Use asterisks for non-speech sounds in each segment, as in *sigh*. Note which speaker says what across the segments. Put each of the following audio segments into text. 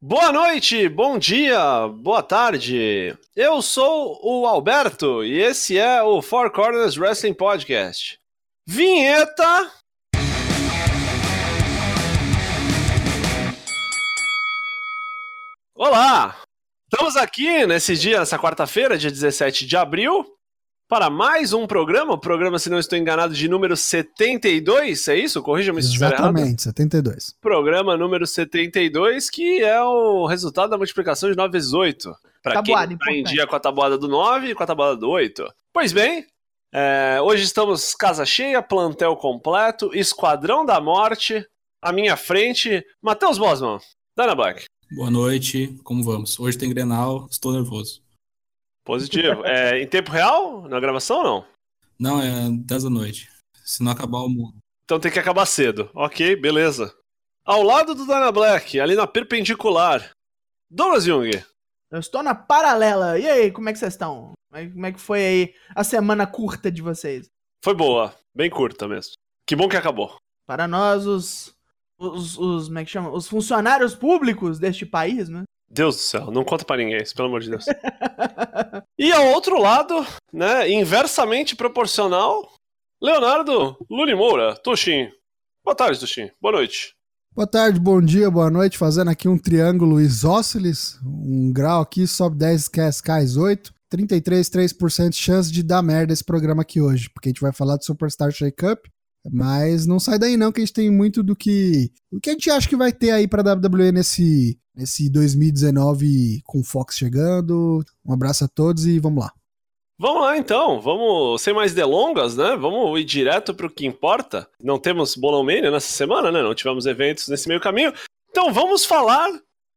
Speaker 1: Boa noite, bom dia, boa tarde. Eu sou o Alberto e esse é o Four Corners Wrestling Podcast. Vinheta! Olá! Estamos aqui nesse dia, nessa quarta-feira, dia 17 de abril, para mais um programa. O programa, se não estou enganado, de número 72, é isso? Corrija-me se estiver errado
Speaker 2: Exatamente, 72.
Speaker 1: programa número 72, que é o resultado da multiplicação de 9 vezes 8. Para quem
Speaker 3: Tabuada,
Speaker 1: está em
Speaker 3: importante.
Speaker 1: dia com a tabuada do 9 e com a tabuada do 8. Pois bem, é, hoje estamos casa cheia, plantel completo, esquadrão da morte, à minha frente, Matheus Bosman, Dana Black.
Speaker 4: Boa noite, como vamos? Hoje tem Grenal, estou nervoso.
Speaker 3: *laughs*
Speaker 1: Positivo. É, em tempo real, na gravação ou não?
Speaker 4: Não, é 10 da noite. Se não acabar o mundo.
Speaker 1: Então tem que acabar cedo. Ok, beleza. Ao lado do Dana Black, ali na perpendicular, Douglas Jung.
Speaker 3: Eu estou na paralela. E aí, como é que vocês estão? Como é- Como é que foi aí a semana curta de vocês?
Speaker 1: Foi boa, bem curta mesmo. Que bom que acabou.
Speaker 3: Para nós, os. Os, os, como é que chama? Os funcionários públicos deste país, né?
Speaker 1: Deus do céu, não conta pra ninguém isso, pelo amor de Deus. *laughs* e ao outro lado, né, inversamente proporcional, Leonardo Luli Moura, Tuxim. Boa tarde, Tuxim. Boa noite.
Speaker 2: Boa tarde, bom dia, boa noite. Fazendo aqui um triângulo isósceles, um grau aqui, sobe 10, esquece, cai 8. 33, 3% chance de dar merda esse programa aqui hoje, porque a gente vai falar do Superstar Shake Up, mas não sai daí não, que a gente tem muito do que... O que a gente acha que vai ter aí pra WWE nesse, nesse 2019 com o Fox chegando. Um abraço a todos e vamos lá.
Speaker 1: Vamos lá então, vamos, sem mais delongas, né? Vamos ir direto pro que importa. Não temos Bolomania nessa semana, né? Não tivemos eventos nesse meio caminho. Então vamos falar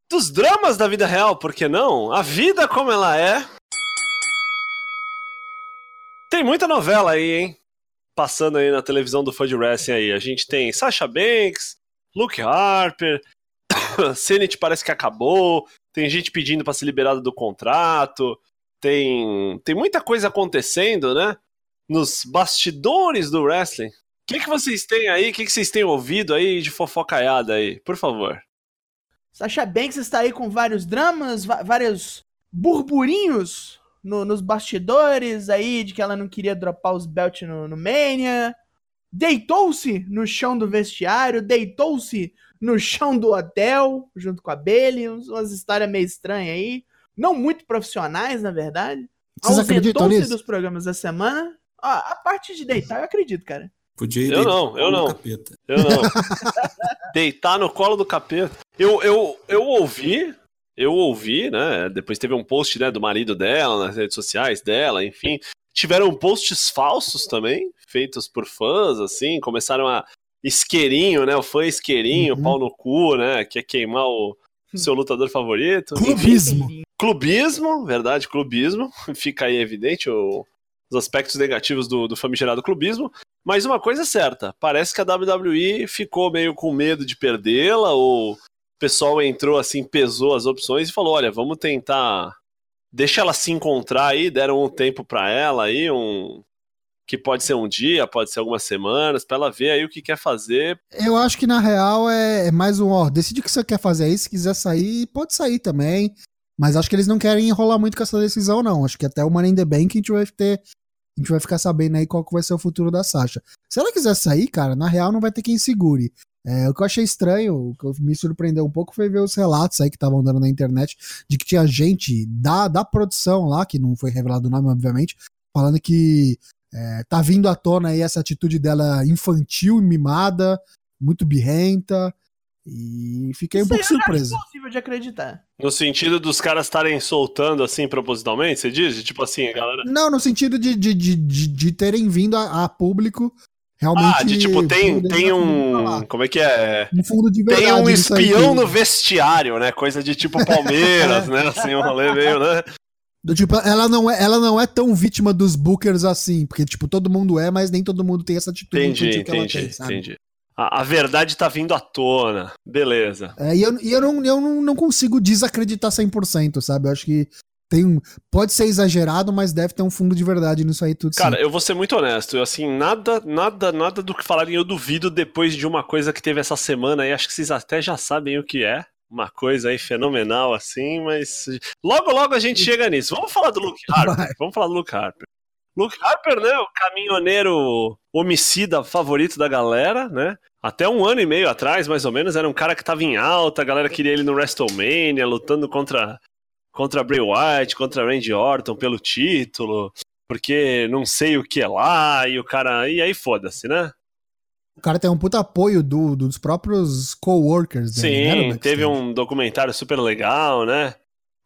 Speaker 1: dos dramas da vida real, por que não? A vida como ela é. Tem muita novela aí, hein? Passando aí na televisão do fã de wrestling aí. A gente tem Sasha Banks, Luke Harper, *coughs* Zenith parece que acabou, tem gente pedindo pra ser liberado do contrato tem, tem muita coisa acontecendo, né? Nos bastidores do wrestling. O que, que vocês têm aí? O que, que vocês têm ouvido aí de fofocaiada aí? Por favor.
Speaker 3: Sasha Banks está aí com vários dramas, va- vários burburinhos no- nos bastidores aí, de que ela não queria dropar os belt no, no Mania. Deitou-se no chão do vestiário, deitou-se no chão do hotel, junto com a Bailey, uns- umas histórias meio estranhas aí. Não muito profissionais, na verdade.
Speaker 2: Vocês acreditam
Speaker 3: Ausentou-se
Speaker 2: nisso?
Speaker 3: dos programas da semana. Ó, a parte de deitar, eu acredito, cara.
Speaker 4: Podia ir
Speaker 1: Eu
Speaker 4: deitar
Speaker 1: não, eu
Speaker 4: no
Speaker 1: não.
Speaker 4: Capeta.
Speaker 1: Eu não. Deitar no colo do capeta. Eu, eu, eu ouvi, eu ouvi, né? Depois teve um post né, do marido dela, nas redes sociais dela, enfim. Tiveram posts falsos também, feitos por fãs, assim. Começaram a. Isqueirinho, né? O fã isqueirinho,
Speaker 2: Uhum.
Speaker 1: pau no cu, né? Quer queimar o seu lutador favorito.
Speaker 2: Clubismo.
Speaker 1: Clubismo, verdade, clubismo. *laughs* Fica aí evidente o- os aspectos negativos do, do famigerado clubismo. Mas uma coisa é certa: parece que a WWE ficou meio com medo de perdê-la, ou o pessoal entrou assim, pesou as opções e falou: olha, vamos tentar. Deixa ela se encontrar aí, deram um tempo pra ela aí, um. Que pode ser um dia, pode ser algumas semanas, pra ela ver aí o que quer fazer.
Speaker 2: Eu acho que na real é, é mais um, ó, decide o que você quer fazer aí, se quiser sair, pode sair também. Mas acho que eles não querem enrolar muito com essa decisão, não. Acho que até o Money in the Bank a gente vai ter. A gente vai ficar sabendo aí qual que vai ser o futuro da Sasha. Se ela quiser sair, cara, na real não vai ter quem segure. É, o que eu achei estranho, o que eu- me surpreendeu um pouco foi ver os relatos aí que estavam dando na internet de que tinha gente da, da produção lá, que não foi revelado o nome, obviamente, falando que é, tá vindo à tona aí essa atitude dela infantil e mimada muito birrenta e fiquei um
Speaker 3: Isso
Speaker 2: pouco
Speaker 3: aí eu já
Speaker 2: surpreso.
Speaker 3: Impossível de acreditar.
Speaker 1: No sentido dos caras estarem soltando assim propositalmente, você diz? Tipo assim, a galera.
Speaker 2: Não, no sentido de, de, de, de, de terem vindo a, a público realmente.
Speaker 1: Ah, de tipo, tem,
Speaker 2: poder
Speaker 1: tem um.
Speaker 2: falar.
Speaker 1: Como é que é?
Speaker 2: Um fundo de verdade.
Speaker 1: Tem um
Speaker 2: disso aí
Speaker 1: espião
Speaker 2: que-
Speaker 1: no vestiário, né? Coisa de tipo Palmeiras, né? Assim, um rolê meio, né?
Speaker 2: do tipo, ela não, é, ela não é tão vítima dos bookers assim, porque, tipo, todo mundo é, mas nem todo mundo *laughs* tem essa atitude
Speaker 1: Entendi,
Speaker 2: infantil que ela
Speaker 1: entendi,
Speaker 2: tem, sabe?
Speaker 1: entendi. A, a verdade tá vindo à tona. Beleza.
Speaker 2: É, e eu, e eu, não, eu não, não consigo desacreditar 100%, sabe? Eu acho que tem um. Pode ser exagerado, mas deve ter um fundo de verdade nisso aí tudo.
Speaker 1: Cara, eu vou ser muito honesto. Eu, assim, nada, nada, nada do que falarem eu duvido depois de uma coisa que teve essa semana aí. Acho que vocês até já sabem o que é. uma coisa aí fenomenal assim, mas logo logo a gente chega nisso. Vamos falar do Luke Harper. Vamos falar do Luke Harper. Luke Harper, né, o caminhoneiro homicida favorito da galera, né? Até um ano e meio atrás, mais ou menos, era um cara que tava em alta, a galera queria ele no WrestleMania, lutando contra contra Bray Wyatt, contra Randy Orton pelo título, porque não sei o que é lá, e o cara, e aí foda-se, né?
Speaker 2: *laughs* O cara tem um puta apoio do, dos próprios coworkers dele. né, no
Speaker 1: Sim,
Speaker 2: backstage.
Speaker 1: teve um documentário super legal, né?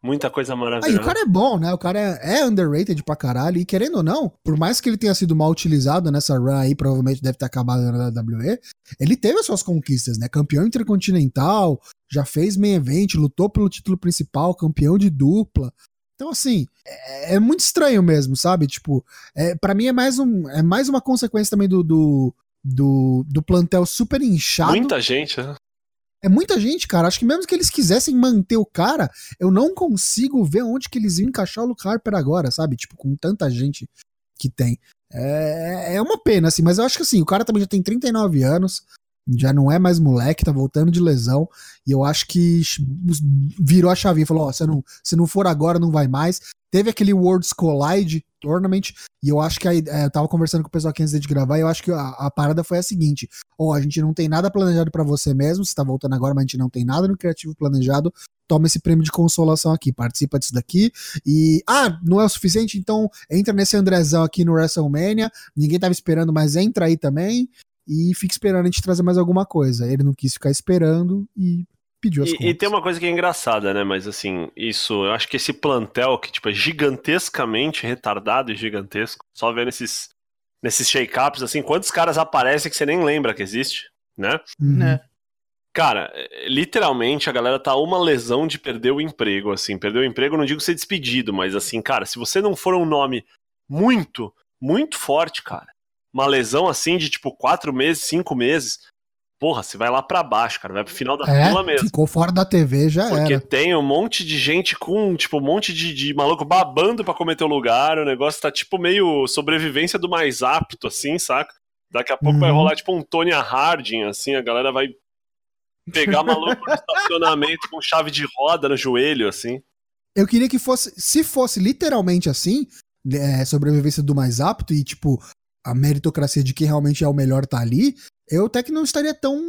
Speaker 1: Muita coisa
Speaker 2: Ah, e o
Speaker 1: maravilhosa.
Speaker 2: cara é bom, né? O cara é, é underrated pra caralho. E querendo ou não, por mais que ele tenha sido mal utilizado nessa run aí, provavelmente deve ter acabado na WWE, ele teve as suas conquistas, né? Campeão intercontinental, já fez main event, lutou pelo título principal, campeão de dupla. Então, assim, é, é muito estranho mesmo, sabe? Tipo, é, para mim é mais, um, é mais uma consequência também do, do, do, do plantel super inchado.
Speaker 1: Muita gente, né?
Speaker 2: É muita gente, cara. Acho que mesmo que eles quisessem manter o cara, eu não consigo ver onde que eles iam encaixar o Luke Harper agora, sabe? Tipo, com tanta gente que tem. É, é uma pena, assim, mas eu acho que assim, o cara também já tem 39 anos, já não é mais moleque, tá voltando de lesão, e eu acho que virou a chavinha, falou, ó, se não, se não for agora, não vai mais. Teve aquele Worlds Collide Tournament, e eu acho que aí, é, eu tava conversando com o pessoal aqui antes de gravar, e eu acho que a, a parada foi a seguinte, ó, a gente não tem nada planejado pra você mesmo, você tá voltando agora, mas a gente não tem nada no criativo planejado, toma esse prêmio de consolação aqui, participa disso daqui, e, ah, não é o suficiente, então entra nesse Andrezão aqui no WrestleMania, ninguém tava esperando, mas entra aí também, e fica esperando a gente trazer mais alguma coisa. Ele não quis ficar esperando e pediu as
Speaker 1: E,
Speaker 2: contas.
Speaker 1: e tem uma coisa que é engraçada, né? Mas assim, isso, eu acho que esse plantel que tipo é gigantescamente retardado e gigantesco, só vendo esses nesses shake-ups assim, quantos caras aparecem que você nem lembra que existe, né?
Speaker 2: Uhum.
Speaker 3: né?
Speaker 1: Cara, é, literalmente a galera tá uma lesão de perder o emprego, assim. Perder o emprego, não digo ser despedido, mas assim, cara, se você não for um nome muito, muito forte, cara, uma lesão assim de tipo quatro meses, cinco meses, porra, você vai lá pra baixo, cara, vai pro final da fila
Speaker 2: É,
Speaker 1: mesmo.
Speaker 2: ficou fora da TV, já
Speaker 1: Porque
Speaker 2: Ah, era.
Speaker 1: tem um monte de gente com, tipo, um monte de, de maluco babando pra comer teu lugar, o negócio tá tipo meio sobrevivência do mais apto, assim, saca? Daqui a pouco vai
Speaker 2: Uhum.
Speaker 1: rolar tipo um Tony Harding, assim, a galera vai pegar maluco no estacionamento com chave de roda no joelho, assim.
Speaker 2: Eu queria que fosse, se fosse literalmente assim, é, sobrevivência do mais apto e, tipo, a meritocracia de quem realmente é o melhor tá ali, eu até que não estaria tão,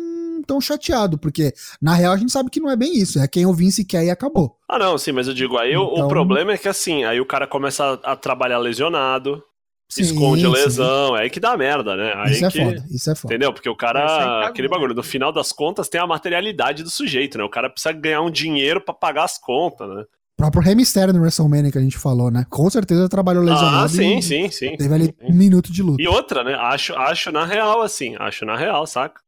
Speaker 2: tão chateado, porque, na real, a gente sabe que não é bem isso, é quem eu vim se quer e acabou.
Speaker 1: Ah, não, sim, mas eu digo, aí o-
Speaker 2: Então-
Speaker 1: o problema é que assim, aí o cara começa a, a trabalhar lesionado,
Speaker 2: Sim,
Speaker 1: esconde a
Speaker 2: sim.
Speaker 1: lesão, é aí que dá merda, né? Aí
Speaker 2: Isso é
Speaker 1: que...
Speaker 2: foda, isso é foda.
Speaker 1: Entendeu? Porque o
Speaker 3: Mas isso aí
Speaker 1: cara,
Speaker 2: tá
Speaker 3: cagou,
Speaker 1: aquele bagulho,
Speaker 2: né?
Speaker 1: no final das contas tem a materialidade do sujeito, né? O cara precisa ganhar um dinheiro pra pagar as contas, né?
Speaker 2: O próprio Rey Mysterio no WrestleMania que a gente falou, né? Com certeza trabalhou lesionado.
Speaker 1: ah, sim,
Speaker 2: e um
Speaker 1: sim, sim.
Speaker 2: Teve ali um
Speaker 1: sim.
Speaker 2: minuto de luta.
Speaker 1: E outra, né? Acho, acho na real, assim. Acho na real, saca?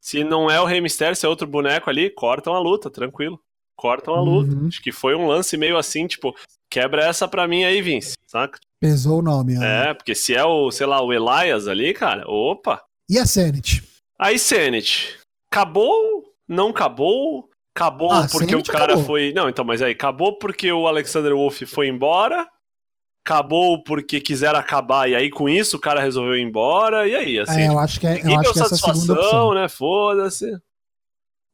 Speaker 1: Se não é o Rei Mistério, se é outro boneco ali, cortam a luta, tranquilo. Cortam a luta.
Speaker 2: Uhum.
Speaker 1: Acho que foi um lance meio assim, tipo, quebra essa pra mim aí, Vince, saca?
Speaker 2: Pesou o nome. ó.
Speaker 1: É, porque se é o, sei lá, o Elias ali, cara, opa,
Speaker 2: E a Sanity?
Speaker 1: Aí, Senet, acabou? Não acabou? Acabou
Speaker 2: Ah,
Speaker 1: porque
Speaker 2: Senet
Speaker 1: o cara
Speaker 2: acabou.
Speaker 1: foi. Não, então, mas aí, acabou porque o Alexander Wolff foi embora. Acabou porque quiseram acabar, e aí com isso o cara resolveu ir embora, e aí, assim.
Speaker 2: é,
Speaker 1: tipo,
Speaker 2: eu acho que, é, eu
Speaker 1: ninguém
Speaker 2: acho
Speaker 1: deu
Speaker 2: que essa é a segunda opção.
Speaker 1: satisfação, né? Foda-se.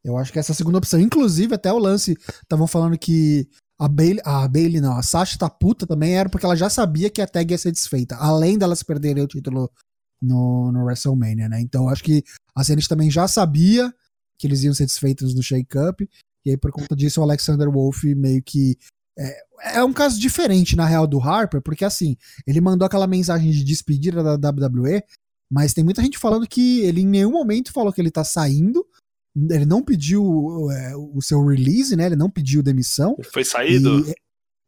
Speaker 2: Eu acho que essa é a segunda opção. Inclusive, até o lance, estavam falando que a Bailey, a Bailey não, a Sasha tá puta também, era porque ela já sabia que a tag ia ser desfeita, além delas perderem o título no, no WrestleMania, né? Então, eu acho que a Sanity também já sabia que eles iam ser desfeitos no Shake Up, e aí por conta disso o Alexander Wolff meio que é, é um caso diferente na real do Harper, porque assim, ele mandou aquela mensagem de despedida da WWE, mas tem muita gente falando que ele em nenhum momento falou que ele tá saindo, ele não pediu é, o seu release, né? Ele não pediu demissão.
Speaker 1: Foi saído?
Speaker 2: E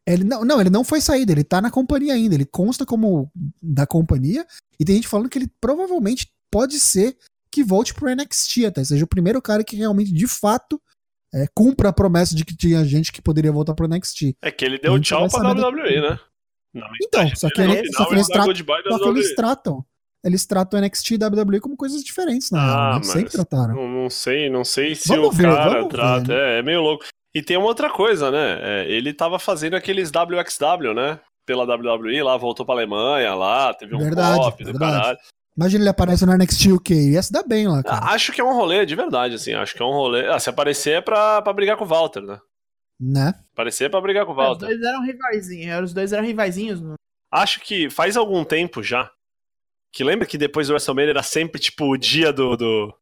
Speaker 2: é, ele não, não, ele não foi saído, ele tá na companhia ainda, ele consta como da companhia, e tem gente falando que ele provavelmente pode ser que volte pro NXT até, seja o primeiro cara que realmente, de fato, é, cumpra a promessa de que tinha gente que poderia voltar pro NXT.
Speaker 1: É que ele
Speaker 2: a
Speaker 1: deu
Speaker 2: gente
Speaker 1: tchau
Speaker 2: vai
Speaker 1: pra
Speaker 2: saber
Speaker 1: WWE, né?
Speaker 2: Então, só que,
Speaker 1: no
Speaker 2: ele,
Speaker 1: final
Speaker 2: só que eles
Speaker 1: ele dá
Speaker 2: tratam,
Speaker 1: goodbye da
Speaker 2: só que eles
Speaker 1: WWE.
Speaker 2: tratam. Eles tratam NXT e WWE como coisas diferentes, na
Speaker 1: Ah,
Speaker 2: real, né?
Speaker 1: mas-
Speaker 2: Sempre trataram.
Speaker 1: Não, não sei, não sei se
Speaker 2: Vamos
Speaker 1: o
Speaker 2: ver,
Speaker 1: cara
Speaker 2: vamos ver, né?
Speaker 1: trata. É, é meio louco. E tem uma outra coisa, né? É, ele tava fazendo aqueles WXW, né? Pela WWE, lá voltou pra Alemanha, lá, teve um
Speaker 2: Verdade,
Speaker 1: golpe do
Speaker 2: verdade.
Speaker 1: caralho.
Speaker 2: Imagina ele aparece no NXT UK. Ia se dar bem lá, cara.
Speaker 1: Acho que é um rolê, de verdade, assim. Acho que é um rolê. Ah, se aparecer é pra, pra brigar com o Walter, né?
Speaker 2: Né?
Speaker 1: Aparecer é pra brigar com o
Speaker 3: Os
Speaker 1: Walter.
Speaker 3: dois eram rivaizinhos. é, Os dois eram rivaizinhos. No...
Speaker 1: Acho que faz algum tempo já. Que lembra que depois do WrestleMania era sempre tipo o dia do. do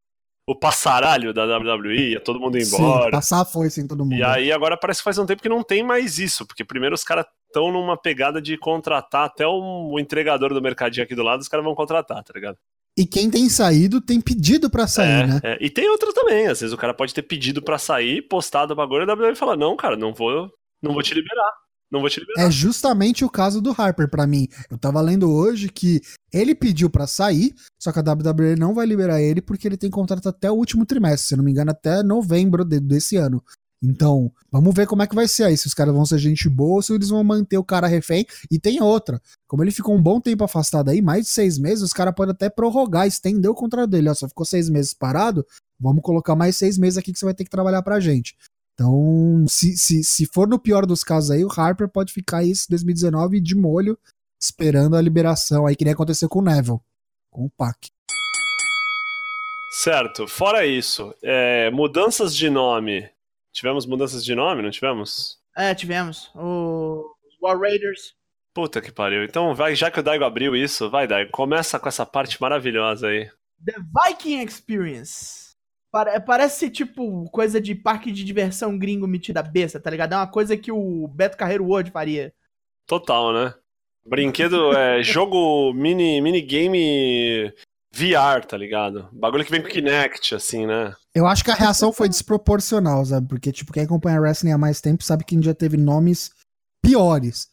Speaker 1: o passaralho da WWE, ia todo mundo
Speaker 2: Sim,
Speaker 1: embora.
Speaker 2: passar a força em todo mundo.
Speaker 1: e aí agora parece que faz um tempo que não tem mais isso, porque primeiro os caras estão numa pegada de contratar até um, o entregador do mercadinho aqui do lado, os caras vão contratar, tá ligado?
Speaker 2: E quem tem saído tem pedido pra sair,
Speaker 1: é,
Speaker 2: né?
Speaker 1: é. E tem outra também, às vezes o cara pode ter pedido pra sair, postado o bagulho e a WWE fala: "Não, cara, não vou, não vou te liberar. Não vou te liberar".
Speaker 2: É justamente o caso do Harper pra mim. Eu tava lendo hoje que ele pediu pra sair, só que a WWE não vai liberar ele porque ele tem contrato até o último trimestre, se eu não me engano, até novembro de- desse ano. Então, vamos ver como é que vai ser aí, se os caras vão ser gente boa ou se eles vão manter o cara refém. E tem outra, como ele ficou um bom tempo afastado aí, mais de seis meses, os caras podem até prorrogar, estender o contrato dele. Ó, só ficou seis meses parado, vamos colocar mais seis meses aqui que você vai ter que trabalhar pra gente. Então, se, se, se for no pior dos casos aí, o Harper pode ficar aí esse 2019 de molho, esperando a liberação aí, que nem aconteceu com o Neville, com o Pac.
Speaker 1: Certo, fora isso, é, mudanças de nome. Tivemos mudanças de nome, não tivemos?
Speaker 3: É, tivemos. O- Os War Raiders.
Speaker 1: Puta que pariu. Então, vai, já que o Daigo abriu isso, vai, Daigo, começa com essa parte maravilhosa aí.
Speaker 3: The Viking Experience. Pare- Parece ser tipo coisa de parque de diversão gringo metida besta, tá ligado? É uma coisa que o Beto Carreiro World faria.
Speaker 1: Total, né? Brinquedo é jogo mini minigame VR, tá ligado? Bagulho que vem com Kinect, assim, né?
Speaker 2: Eu acho que a reação foi desproporcional, sabe? Porque, tipo, quem acompanha wrestling há mais tempo sabe que já teve nomes piores.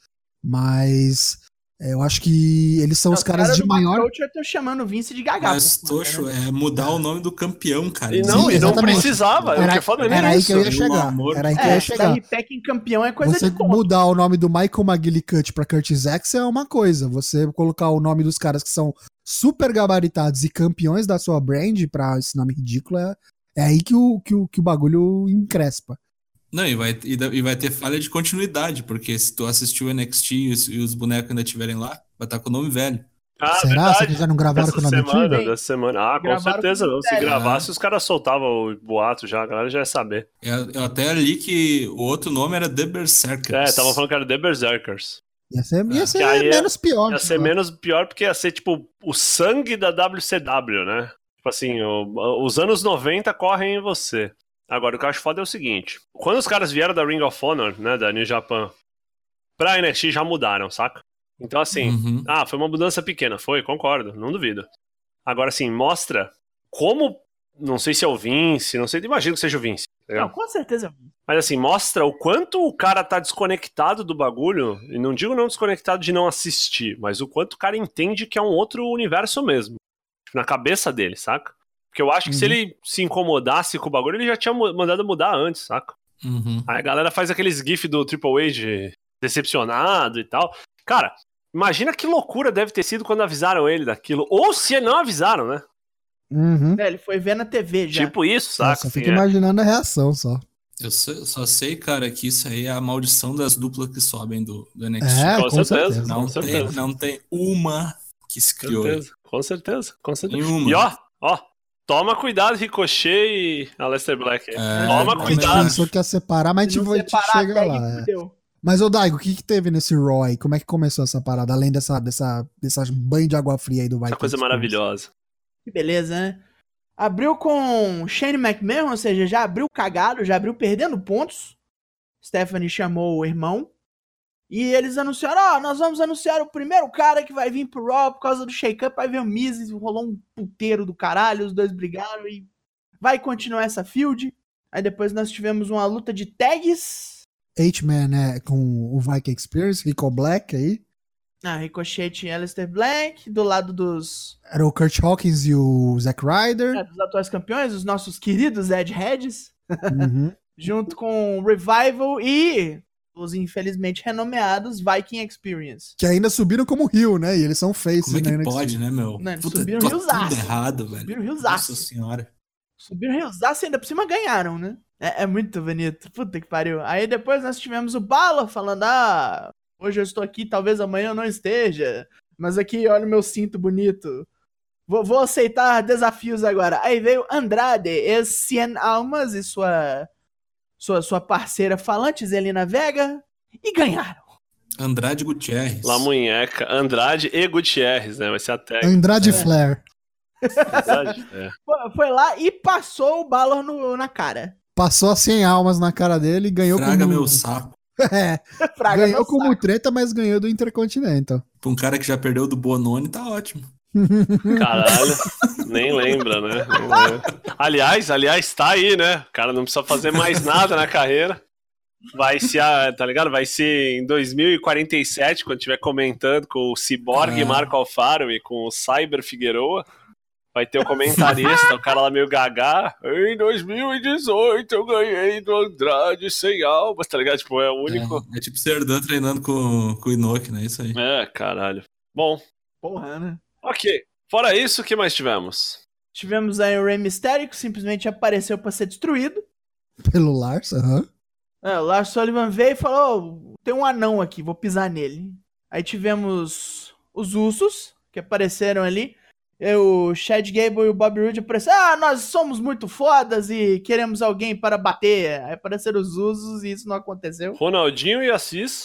Speaker 2: Mas é, eu acho que eles
Speaker 3: É,
Speaker 2: são os caras de maior.
Speaker 3: Eu tô chamando o Vince de gagá.
Speaker 4: Mas,
Speaker 3: por favor,
Speaker 4: Tocho,
Speaker 3: né?
Speaker 4: é mudar o nome do campeão, cara.
Speaker 1: E não,
Speaker 2: Sim,
Speaker 1: e não
Speaker 2: exatamente.
Speaker 1: precisava. o que é foda
Speaker 2: era
Speaker 1: nem
Speaker 2: aí que eu ia
Speaker 4: pelo
Speaker 2: chegar.
Speaker 4: amor
Speaker 2: Era aí que eu
Speaker 3: É,
Speaker 2: ia chegar.
Speaker 3: sair pack em campeão é coisa
Speaker 2: Você
Speaker 3: de tonto.
Speaker 2: mudar o nome do Michael McGillicuddy pra Curtis Axel é uma coisa. Você colocar o nome dos caras que são super gabaritados e campeões da sua brand pra esse nome ridículo é, é aí que o, que, o, que o bagulho encrespa.
Speaker 4: Não, e vai, e, da- e vai ter falha de continuidade, porque se tu assistiu o NXT e os, e os bonecos ainda estiverem lá, vai estar com o nome velho.
Speaker 1: Ah,
Speaker 2: Será? Será que já não gravaram com
Speaker 1: Dessa
Speaker 2: o nome antigo?
Speaker 1: semana,
Speaker 3: antigo?
Speaker 1: dessa semana. Ah, com
Speaker 3: Gravaram
Speaker 1: certeza
Speaker 3: com né?
Speaker 1: não. Se
Speaker 3: sério.
Speaker 1: gravasse, os caras soltavam o boato já, a galera já ia saber.
Speaker 4: Eu, É, eu até li que o outro nome era The
Speaker 1: É,
Speaker 4: Berserkers.
Speaker 1: tava falando que era The Berserkers.
Speaker 2: Ia ser, ia
Speaker 4: É.
Speaker 2: ser
Speaker 1: Que aí é-
Speaker 2: menos pior.
Speaker 1: Ia ser menos pior porque ia ser tipo o sangue da WCW, né? Tipo assim, o- os anos 90 correm em você. Agora, o que eu acho foda é o seguinte: quando os caras vieram da Ring of Honor, né, da New Japan, pra NXT já mudaram, saca? Então, assim,
Speaker 4: Uhum.
Speaker 1: ah, foi uma mudança pequena, foi, concordo, não duvido. Agora, assim, mostra como. Não sei se é o Vince, não sei, imagino que seja o Vince. tá ligado?
Speaker 3: Não, com certeza.
Speaker 1: Mas assim, mostra o quanto o cara tá desconectado do bagulho, e não digo não desconectado de não assistir, mas o quanto o cara entende que é um outro universo mesmo. Tipo, na cabeça dele, saca? Porque eu acho que se
Speaker 2: Uhum.
Speaker 1: ele se incomodasse com o bagulho, ele já tinha mu- mandado mudar antes, saca?
Speaker 4: Uhum.
Speaker 1: Aí a galera faz aqueles gif do Triple H de decepcionado e tal. Cara, imagina que loucura deve ter sido quando avisaram ele daquilo. Ou se não avisaram, né?
Speaker 2: Uhum.
Speaker 3: Velho, foi ver na TV já.
Speaker 1: Tipo isso, saca?
Speaker 2: Nossa,
Speaker 1: Assim,
Speaker 2: fica
Speaker 1: é.
Speaker 2: imaginando a reação só.
Speaker 4: Eu, só, eu só sei, cara, que isso aí é a maldição das duplas que sobem do, do NXT.
Speaker 2: É,
Speaker 1: com
Speaker 2: com,
Speaker 1: certeza.
Speaker 2: certeza.
Speaker 4: Não
Speaker 1: com
Speaker 4: tem,
Speaker 1: certeza.
Speaker 4: não tem uma que se
Speaker 1: Com
Speaker 4: criou.
Speaker 1: certeza, com certeza, com certeza.
Speaker 4: Nenhuma.
Speaker 1: E ó, ó, toma cuidado, Ricochet e Aleister Black. aí.
Speaker 4: É,
Speaker 1: Toma
Speaker 4: não
Speaker 2: A gente
Speaker 1: cuidado.
Speaker 2: pensou que ia separar, mas a
Speaker 3: Se
Speaker 2: gente,
Speaker 3: não
Speaker 2: vai- a gente
Speaker 3: separar a
Speaker 2: chega
Speaker 3: tag,
Speaker 2: lá. é.
Speaker 3: fudeu.
Speaker 2: Mas, ô Daigo, o que, que teve nesse Raw aí? Como é que começou essa parada? Além dessa, dessa, dessa banho de água fria aí do Vikings.
Speaker 1: Essa coisa maravilhosa.
Speaker 3: Que beleza, né? Abriu com Shane McMahon, ou seja, já abriu cagado, já abriu perdendo pontos. Stephanie chamou o irmão. E eles anunciaram, ó, nós vamos anunciar o primeiro cara que vai vir pro Raw por causa do shake-up, aí veio o Miz, rolou um puteiro do caralho, os dois brigaram e vai continuar essa field. Aí depois nós tivemos uma luta de tags,
Speaker 2: H-Man, né? Com o Viking Experience, Rico Black aí.
Speaker 3: Ah, Ricochet e Aleister Black, do lado dos,
Speaker 2: Era o Kurt Hawkins e o Zack Ryder.
Speaker 3: né, dos atuais campeões, os nossos queridos Ed Hedges,
Speaker 2: Uhum.
Speaker 3: junto com Revival e os infelizmente renomeados Viking Experience.
Speaker 2: Que ainda subiram como Rio, né? E eles são faces,
Speaker 4: Como é
Speaker 2: né?
Speaker 4: que
Speaker 2: NXT.
Speaker 4: pode, né, meu?
Speaker 3: Não, eles
Speaker 4: Puta,
Speaker 3: subiram
Speaker 4: tá
Speaker 3: e usaram.
Speaker 4: tudo errado, velho.
Speaker 3: Subiram
Speaker 4: Nossa
Speaker 3: Riosaço.
Speaker 4: senhora.
Speaker 3: Subiram Riosaço e ainda por cima ganharam, né? É, é muito bonito. Puta que pariu. Aí depois nós tivemos o Bala falando: ah, hoje eu estou aqui, talvez amanhã eu não esteja. Mas aqui, olha o meu cinto bonito. Vou, vou aceitar desafios agora. Aí veio Andrade, ex-Cien Almas e sua, sua, sua parceira falante, Zelina Vega, e ganharam.
Speaker 4: Andrade Gutierrez.
Speaker 1: La Munheca, Andrade e Gutierrez, né? Vai ser a
Speaker 2: *laughs*
Speaker 1: tag.
Speaker 3: É.
Speaker 2: Andrade Flair.
Speaker 1: Andrade? É.
Speaker 3: Foi- Foi lá e passou o Balor no- na cara. *laughs*
Speaker 2: Passou as 100 almas na cara dele e ganhou
Speaker 4: Traga
Speaker 2: como...
Speaker 4: meu saco.
Speaker 2: *laughs* É,
Speaker 3: Fraga
Speaker 2: ganhou
Speaker 3: meu
Speaker 2: como
Speaker 3: saco.
Speaker 2: treta, mas ganhou do Intercontinental. *laughs*
Speaker 4: Pra um cara que já perdeu do Bononi, tá ótimo.
Speaker 1: Caralho, nem lembra, né? Não lembra. Aliás, aliás, tá aí, né? O cara não precisa fazer mais nada na carreira. Vai ser, a- tá ligado? Vai ser em 2047, quando estiver comentando com o Cyborg
Speaker 4: Ah.
Speaker 1: Marco Alfaro e com o Cyber Figueroa. Vai ter o comentarista, o cara lá meio gaga. Em 2018 eu ganhei do Andrade sem almas, tá ligado? Tipo, é o único.
Speaker 4: É, é tipo Serdan treinando com, com o Inoki, né? Isso aí.
Speaker 1: É, caralho. Bom,
Speaker 3: Porra, né?
Speaker 1: ok. Fora isso, o que mais tivemos?
Speaker 3: Tivemos aí o Rey Mysterio, que simplesmente apareceu pra ser destruído.
Speaker 2: Pelo Lars, aham.
Speaker 3: É, o Lars Sullivan veio e falou: "Ô, tem um anão aqui, vou pisar nele. Aí tivemos os ursos que apareceram ali. E o Chad Gable e o Bob Roode apareceram. Ah, nós somos muito fodas e queremos alguém para bater. Aí apareceram os ursos e isso não aconteceu.
Speaker 1: Ronaldinho e Assis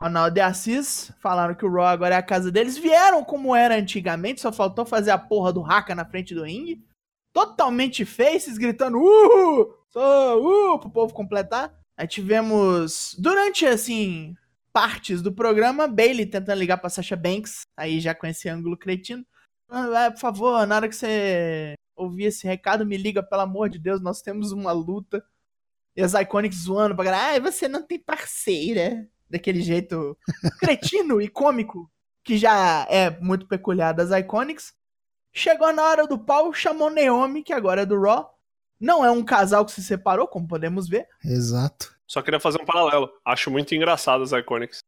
Speaker 3: Ronaldo e Assis falaram que o Raw agora é a casa deles. Vieram como era antigamente, só faltou fazer a porra do Haka na frente do ringue. Totalmente faces, gritando uhul, sou uh, pro povo completar. Aí tivemos, durante assim, partes do programa, Bailey tentando ligar pra Sasha Banks, aí já com esse ângulo cretino. Ah, é, por favor, na hora que você ouvir esse recado, me liga, pelo amor de Deus, nós temos uma luta. E as Iconics zoando pra galera, ai, você não tem parceira daquele jeito cretino e cômico, que já é muito peculiar das Iconics. Chegou na hora do pau, chamou Naomi, que agora é do Raw. Não é um casal que se separou, como podemos ver.
Speaker 2: Exato.
Speaker 1: Só queria fazer um paralelo. Acho muito engraçado as Iconics.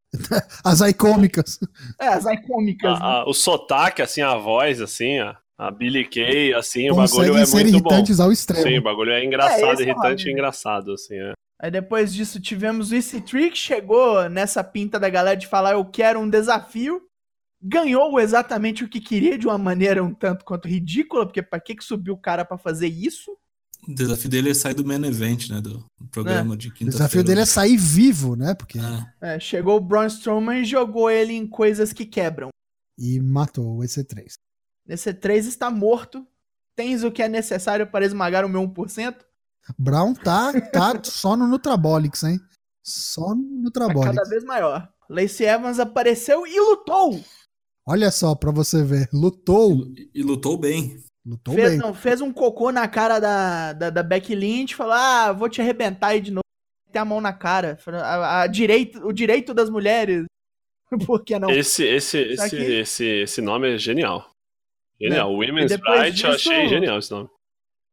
Speaker 2: As icômicas.
Speaker 3: É, as Iconics. né?
Speaker 1: A- a- o sotaque, assim, a voz, assim, a, a Billy Kay, assim, o bagulho
Speaker 2: Conseguem
Speaker 1: é
Speaker 2: ser
Speaker 1: muito bom.
Speaker 2: irritantes ao extremo.
Speaker 1: Sim, o bagulho é engraçado,
Speaker 3: É, esse é
Speaker 1: irritante
Speaker 3: óbvio.
Speaker 1: e engraçado, assim. É.
Speaker 3: Aí depois disso tivemos o EC Trick, chegou nessa pinta da galera de falar eu quero um desafio. Ganhou exatamente o que queria de uma maneira um tanto quanto ridícula, porque pra que que subiu o cara pra fazer isso?
Speaker 4: O desafio dele é sair do main event, né? Do programa de
Speaker 2: O
Speaker 4: quinta-feira.
Speaker 2: desafio dele é sair vivo, né? Porque...
Speaker 4: Ah,
Speaker 3: É, chegou o Braun Strowman e jogou ele em coisas que quebram.
Speaker 2: E matou o EC3.
Speaker 3: EC3 está morto. Tens o que é necessário para esmagar o meu 1%.
Speaker 2: Brown tá, tá só no Nutrabolics, hein? Só no
Speaker 3: Tá cada
Speaker 2: Nutrabolics.
Speaker 3: vez maior. Lacey Evans apareceu e lutou.
Speaker 2: Olha só pra você ver. Lutou.
Speaker 4: e- e lutou bem.
Speaker 2: Lutou
Speaker 3: fez,
Speaker 2: bem.
Speaker 3: não, fez um cocô na cara da, da, da Becky Lynch, falou, ah, vou te arrebentar aí de novo, ter a mão na cara. Falou, A, a direito, o direito das mulheres. *laughs* Por que não?
Speaker 1: Esse, esse,
Speaker 3: Só
Speaker 1: esse,
Speaker 3: que-
Speaker 1: esse, esse nome é genial. Genial. Women's
Speaker 3: Né? E depois
Speaker 1: Pride, eu
Speaker 3: disso-
Speaker 1: achei genial esse nome.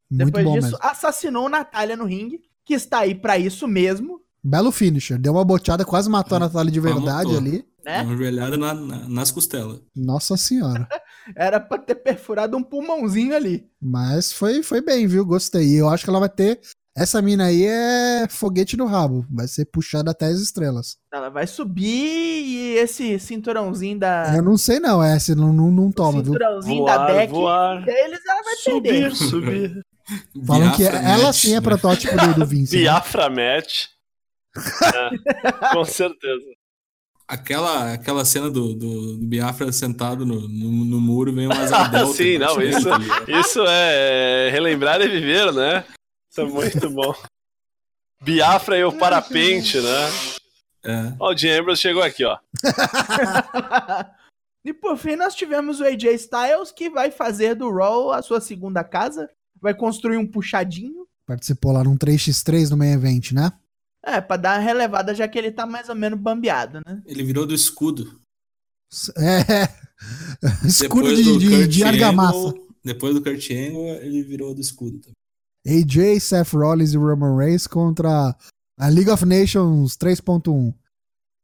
Speaker 2: Muito
Speaker 3: Depois
Speaker 2: bom
Speaker 3: disso,
Speaker 2: mesmo.
Speaker 3: assassinou Natália no ringue, que está aí pra isso mesmo,
Speaker 2: Belo finisher. Deu uma boteada, quase matou a Natália de
Speaker 4: Quase
Speaker 2: verdade
Speaker 4: matou.
Speaker 2: ali.
Speaker 3: né?
Speaker 4: Uma joelhada na- na- nas costelas.
Speaker 2: Nossa senhora.
Speaker 3: Era pra ter perfurado um pulmãozinho ali.
Speaker 2: Mas foi, foi bem, viu? Gostei. Eu acho que ela vai ter. Essa mina aí é foguete no rabo. Vai ser puxada até as estrelas.
Speaker 3: Ela vai subir e esse cinturãozinho da...
Speaker 2: Eu não sei, não. é, Essa não, não, não toma, viu?
Speaker 3: cinturãozinho da
Speaker 1: Voar,
Speaker 3: Beck.
Speaker 1: voar.
Speaker 3: Deles ela vai perder. *laughs*
Speaker 1: Subir, subir.
Speaker 2: Falam que
Speaker 4: Biafra
Speaker 2: ela
Speaker 4: match,
Speaker 2: sim é
Speaker 4: né?
Speaker 2: protótipo do, do Vince. né?
Speaker 1: Biafra Match. É, com certeza.
Speaker 4: Aquela, aquela cena do, do Biafra sentado no, no, no muro vem
Speaker 1: *laughs*
Speaker 4: umas
Speaker 1: Ah,
Speaker 4: adultas.
Speaker 1: sim, não,
Speaker 4: batendo
Speaker 1: isso-
Speaker 4: ali.
Speaker 1: Isso é relembrar e viver, né? Isso é muito bom. Biafra e o parapente, né?
Speaker 4: É.
Speaker 1: Ó, o Jim Ambrose chegou aqui, ó.
Speaker 3: e por fim, nós tivemos o AJ Styles, que vai fazer do Raw a sua segunda casa. Vai construir um puxadinho.
Speaker 2: Participou lá num 3x3 no meio evento, né?
Speaker 3: É, pra dar uma relevada, já que ele tá mais ou menos bambeado, né?
Speaker 4: Ele virou do escudo.
Speaker 2: É. *laughs* Escudo
Speaker 4: Depois
Speaker 2: de,
Speaker 4: do
Speaker 2: de,
Speaker 4: Kurt
Speaker 2: de argamassa.
Speaker 4: Angle- depois do Kurt Angle, ele virou do escudo. também.
Speaker 2: AJ, Seth Rollins e Roman Reigns contra a League of Nations 3.1.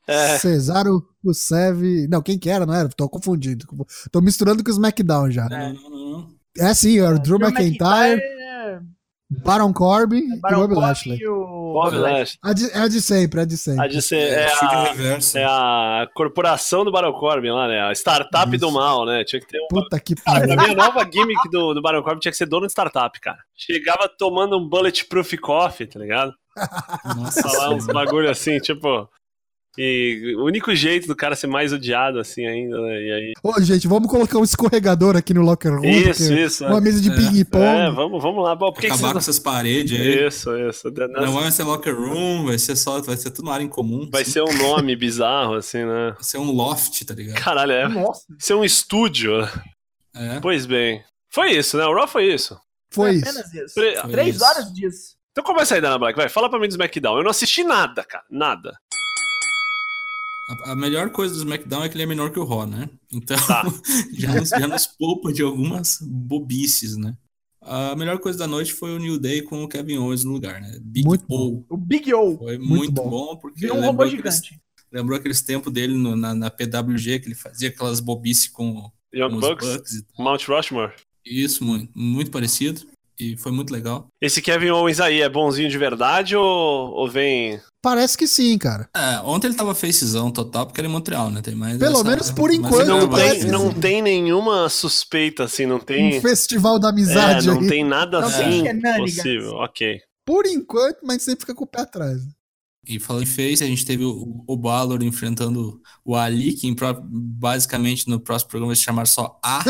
Speaker 1: É,
Speaker 2: Cesaro, Rusev. Não, quem que era, não era? Tô confundido. Tô
Speaker 1: É.
Speaker 2: misturando com o SmackDown já.
Speaker 4: Não, não, não, não.
Speaker 2: É sim, era o Drew
Speaker 3: Drew
Speaker 2: McIntyre,
Speaker 3: é,
Speaker 2: Baron Corbin e
Speaker 3: Baron
Speaker 2: Bob
Speaker 3: Corbin
Speaker 2: Lashley.
Speaker 3: e o
Speaker 1: Bob Lashley.
Speaker 2: A de, é a de sempre, é a de sempre.
Speaker 1: né? A de ser, é,
Speaker 4: Chute
Speaker 1: a,
Speaker 4: reverso.
Speaker 1: é a corporação do Baron Corbin lá, né? A startup
Speaker 2: Isso.
Speaker 1: do mal, né? Tinha que ter um.
Speaker 2: Puta que
Speaker 1: Cara,
Speaker 2: pariu.
Speaker 1: pra mim, a nova gimmick do, do Baron Corbin tinha que ser dono de startup, cara. Chegava tomando um bulletproof coffee, tá ligado?
Speaker 4: Nossa,
Speaker 1: Falar uns
Speaker 4: senhora.
Speaker 1: bagulho assim, tipo. E o único jeito do cara ser mais odiado assim ainda, né? E aí.
Speaker 2: Ô, gente, vamos colocar um escorregador aqui no locker room.
Speaker 1: Isso,
Speaker 2: porque
Speaker 1: isso.
Speaker 2: Uma
Speaker 1: é.
Speaker 2: mesa de
Speaker 4: É.
Speaker 2: ping-pong.
Speaker 1: É, vamos, vamos lá. Bom, por que que
Speaker 4: acabar com
Speaker 1: vocês
Speaker 4: essas paredes
Speaker 1: não...
Speaker 4: aí.
Speaker 1: Isso, isso.
Speaker 4: Não é vai ser locker room, vai ser só, vai ser tudo na área em comum.
Speaker 1: Vai
Speaker 4: assim.
Speaker 1: ser um nome bizarro, assim, né?
Speaker 4: Vai ser um loft, tá ligado?
Speaker 1: Caralho, é.
Speaker 3: Nossa,
Speaker 1: Vai ser um estúdio. né?
Speaker 4: É.
Speaker 1: Pois bem. Foi isso, né? O Raw foi isso.
Speaker 2: Foi isso.
Speaker 3: é apenas isso.
Speaker 1: Pre-
Speaker 4: Foi
Speaker 3: Três
Speaker 4: isso.
Speaker 3: horas disso.
Speaker 1: Então começa aí, Dana Black. Vai, fala pra mim do SmackDown. Eu não assisti nada, cara. Nada.
Speaker 4: A, a melhor coisa do SmackDown é que ele é menor que o Raw, né? Então
Speaker 1: Tá.
Speaker 4: *laughs* já, nos, já nos poupa de algumas bobices, né? A melhor coisa da noite foi o New Day com o Kevin Owens no lugar, né? Big
Speaker 2: Muito
Speaker 4: Bowl.
Speaker 3: O Big O.
Speaker 4: Foi muito,
Speaker 2: Muito
Speaker 4: bom.
Speaker 2: bom.
Speaker 4: porque
Speaker 3: Virou um
Speaker 4: lembrou
Speaker 3: robô
Speaker 4: aqueles-
Speaker 3: gigante.
Speaker 4: lembrou aqueles tempos dele no- na, na PWG, que ele fazia aquelas bobices com, com
Speaker 1: Young
Speaker 4: os
Speaker 1: Bucks,
Speaker 4: Bucks e
Speaker 1: Mount Rushmore.
Speaker 4: Isso, muito, muito parecido. E foi muito legal.
Speaker 1: Esse Kevin Owens aí é bonzinho de verdade ou, ou vem.
Speaker 2: Parece que sim, cara.
Speaker 4: É, ontem ele tava facezão total, porque era em Montreal, né? Tem mais
Speaker 2: Pelo menos por
Speaker 4: mais
Speaker 2: enquanto,
Speaker 4: essa
Speaker 1: Não
Speaker 4: vibe,
Speaker 1: tem,
Speaker 2: parece,
Speaker 1: não
Speaker 2: sim.
Speaker 1: tem nenhuma suspeita, assim, não tem.
Speaker 2: é? Um festival da
Speaker 1: É,
Speaker 2: amizade
Speaker 1: não
Speaker 2: aí.
Speaker 1: tem nada
Speaker 3: Não
Speaker 4: tem
Speaker 2: é
Speaker 1: assim
Speaker 3: shenanigans.
Speaker 1: possível. Ok.
Speaker 2: Por enquanto, mas sempre fica com o pé atrás.
Speaker 4: E falando em face, a gente teve o, o Balor enfrentando o Ali, que em pró- basicamente no próximo programa vai se chamar só A.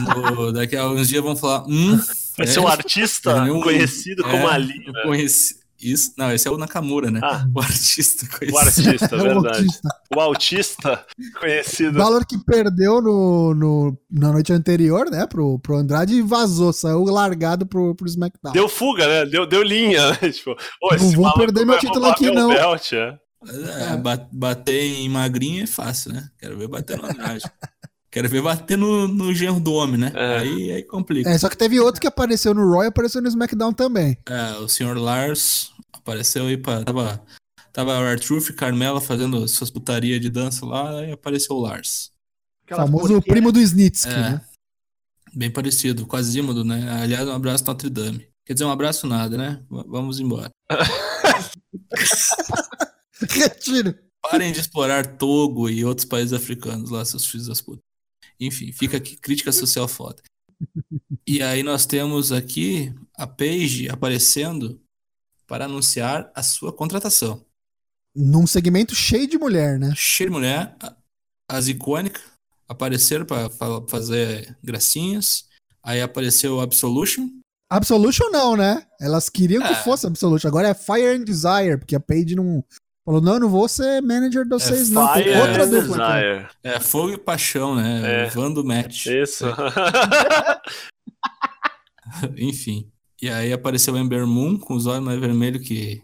Speaker 4: No- daqui a alguns dias vão falar, hum,
Speaker 1: Vai
Speaker 4: É.
Speaker 1: ser um artista
Speaker 4: É, nenhum-
Speaker 1: conhecido como
Speaker 4: é,
Speaker 1: Ali. né?"
Speaker 4: eu conheci isso. Não, esse é o Nakamura, né?
Speaker 1: Ah,
Speaker 4: O artista
Speaker 1: o
Speaker 4: conhecido.
Speaker 1: artista,
Speaker 2: *laughs* É o
Speaker 1: verdade.
Speaker 2: autista.
Speaker 1: O autista conhecido.
Speaker 2: Valor que perdeu no, no- na noite anterior, né, pro, pro Andrade e vazou, saiu largado pro, pro SmackDown.
Speaker 1: Deu fuga, né? Deu, deu linha, né? *laughs* Tipo, ô,
Speaker 2: Não
Speaker 1: esse
Speaker 2: vou
Speaker 1: maluco
Speaker 2: perder meu
Speaker 1: vai
Speaker 2: título
Speaker 1: roubar
Speaker 2: aqui,
Speaker 1: meu
Speaker 2: não.
Speaker 1: belt, é.
Speaker 4: É, ba- bater em magrinho é fácil, né? Quero ver bater no Andrade.
Speaker 1: *laughs*
Speaker 4: Quero ver bater no, no genro do homem, né?
Speaker 1: É.
Speaker 4: Aí, aí complica.
Speaker 2: É, só que teve outro que apareceu no Royal e apareceu no SmackDown também.
Speaker 4: É, o senhor Lars apareceu aí pra. Tava, tava o Arthur e Carmela fazendo suas putaria de dança lá, aí apareceu o Lars.
Speaker 3: Aquela
Speaker 2: famoso
Speaker 3: porqueira.
Speaker 2: primo do Snitsky,
Speaker 4: É.
Speaker 2: né?
Speaker 4: Bem parecido, quase dímodo, né? Aliás, um abraço Notre Dame. Quer dizer, um abraço nada, né? V- vamos embora.
Speaker 2: Retiro.
Speaker 4: Parem de explorar Togo e outros países africanos lá, seus filhos das putas. Enfim, fica aqui, crítica social foda. E aí nós temos aqui a Paige aparecendo para anunciar a sua contratação.
Speaker 2: Num segmento cheio de mulher, né?
Speaker 4: cheio de mulher, a- as icônicas apareceram para fazer gracinhas. Aí apareceu o Absolution.
Speaker 2: Absolution não, né? Elas queriam que
Speaker 4: É.
Speaker 2: fosse Absolution. Agora é Fire and Desire, porque a Paige não... Falou, não, eu não vou ser manager de vocês, não. Tem
Speaker 1: É Fire
Speaker 2: outra
Speaker 1: and
Speaker 2: dupla. aqui.
Speaker 1: Desire.
Speaker 4: É fogo e paixão, né?
Speaker 1: É.
Speaker 4: Vando match.
Speaker 1: Isso.
Speaker 4: *laughs*
Speaker 1: *laughs*
Speaker 4: Enfim. E aí apareceu o Ember Moon com os olhos mais vermelhos que.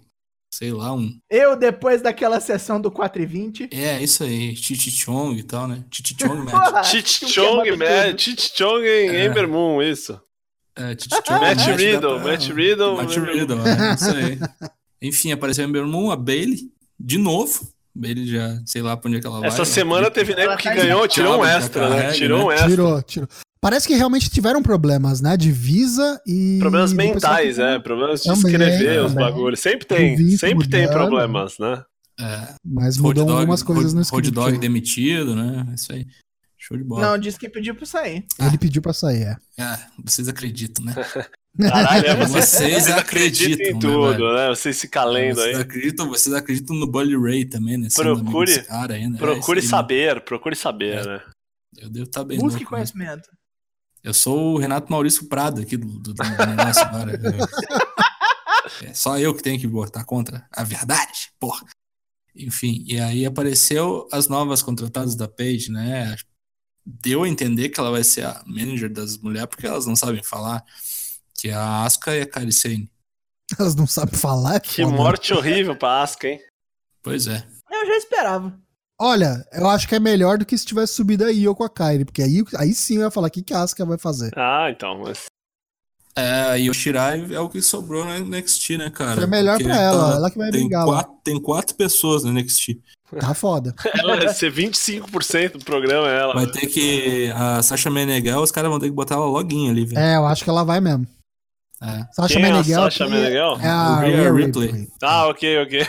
Speaker 4: Sei lá, um.
Speaker 3: Eu, depois daquela sessão do 4 e 20.
Speaker 4: É, isso aí. Chichi Chong e tal, né?
Speaker 1: *laughs*
Speaker 4: Chichi Chong match.
Speaker 3: Porra,
Speaker 1: Cheat
Speaker 3: tinha
Speaker 1: Chong,
Speaker 3: queimado
Speaker 1: man.
Speaker 3: tudo.
Speaker 1: Cheat Chong em
Speaker 4: É.
Speaker 1: Ember Moon, isso.
Speaker 4: É, Chichi Chong
Speaker 1: Matt
Speaker 4: match, dá
Speaker 1: Riddle,
Speaker 4: pra-
Speaker 1: Matt Riddle, né?
Speaker 4: Matt
Speaker 1: Ember Moon.
Speaker 4: Riddle, é, isso aí. Enfim, apareceu o Ember Moon, a Bailey, de novo. Bailey já, sei lá pra onde é que ela vai.
Speaker 1: Essa
Speaker 4: né?
Speaker 1: semana teve nego
Speaker 3: Ela
Speaker 1: que
Speaker 3: tá
Speaker 1: ganhou, tirou um
Speaker 4: imbecil,
Speaker 1: extra,
Speaker 4: cara,
Speaker 1: né?
Speaker 4: é,
Speaker 1: Tirou um extra.
Speaker 2: Tirou, tirou. Parece que realmente tiveram problemas, né? De visa e...
Speaker 1: Problemas
Speaker 2: do pessoal que-
Speaker 1: mentais, é. Problemas de
Speaker 2: Também,
Speaker 1: escrever
Speaker 2: é,
Speaker 1: os
Speaker 2: também.
Speaker 1: bagulhos. Sempre tem,
Speaker 2: Duvido
Speaker 1: sempre tem
Speaker 2: mudar,
Speaker 1: problemas, né?
Speaker 4: É,
Speaker 2: Mas
Speaker 4: Road
Speaker 2: mudou
Speaker 4: dog,
Speaker 2: algumas coisas
Speaker 4: road,
Speaker 2: no
Speaker 4: Road
Speaker 2: script.
Speaker 4: dog
Speaker 2: aí.
Speaker 4: demitido, né? Isso aí. Show de bola.
Speaker 3: Não, disse que pediu pra sair.
Speaker 2: Ele pediu pra sair, é.
Speaker 4: Ah, vocês
Speaker 1: *laughs*
Speaker 4: acreditam, né?
Speaker 1: Caralho, é, vocês,
Speaker 4: Vocês
Speaker 1: acreditam
Speaker 4: acreditam
Speaker 1: em
Speaker 4: né, velho?
Speaker 1: tudo, né? Vocês se calendo
Speaker 4: vocês
Speaker 1: aí.
Speaker 4: acreditam, vocês acreditam no Bully Ray também, né? Sendo amigo
Speaker 1: Procure-
Speaker 4: desse cara aí, né?
Speaker 1: Procure
Speaker 4: É, isso aí,
Speaker 1: saber, procure saber,
Speaker 2: É.
Speaker 1: né?
Speaker 4: né? Eu devo estar bem
Speaker 3: Busque
Speaker 4: louco, né?
Speaker 3: conhecimento.
Speaker 4: Eu sou o Renato Maurício Prado aqui do, do, do negócio agora.
Speaker 2: *laughs*
Speaker 4: Eu- É só eu que tenho que botar contra a verdade, porra. Enfim, e aí apareceu as novas contratadas da Page, né? Deu a entender que ela vai ser a manager das mulheres, porque elas não sabem falar, que é a Asuka e a Kairi Sane.
Speaker 2: *laughs* Elas não sabem falar. é
Speaker 1: Que
Speaker 2: foda.
Speaker 1: morte horrível pra Asca, hein?
Speaker 4: Pois é.
Speaker 3: Eu já esperava.
Speaker 2: Olha, eu acho que é melhor do que se tivesse subido a Io com a Kairi, porque aí, aí sim eu ia falar o que, que a Asuka vai fazer.
Speaker 1: Ah, então, mas.
Speaker 4: É, e o Shirai é o que sobrou na NXT, né, cara?
Speaker 2: é melhor
Speaker 4: Porque
Speaker 2: pra ela,
Speaker 4: tá-
Speaker 2: ela é que vai
Speaker 4: Tem
Speaker 2: brigar lá.
Speaker 4: quatro, tem quatro pessoas na NXT.
Speaker 2: Tá
Speaker 4: *laughs*
Speaker 2: foda.
Speaker 1: Ela vai ser 25% do programa, ela.
Speaker 4: Vai ter que. A Sasha Meneghel, os caras vão ter que botar ela loguinho ali, velho.
Speaker 2: É, eu acho que ela vai mesmo.
Speaker 4: É. É.
Speaker 2: Sasha
Speaker 1: Quem é a
Speaker 2: Meneghel.
Speaker 1: Sasha
Speaker 2: que
Speaker 1: Meneghel?
Speaker 2: É a
Speaker 4: Rhea
Speaker 2: Rhea
Speaker 4: Ripley.
Speaker 2: Ripley.
Speaker 1: Ah, ok, ok.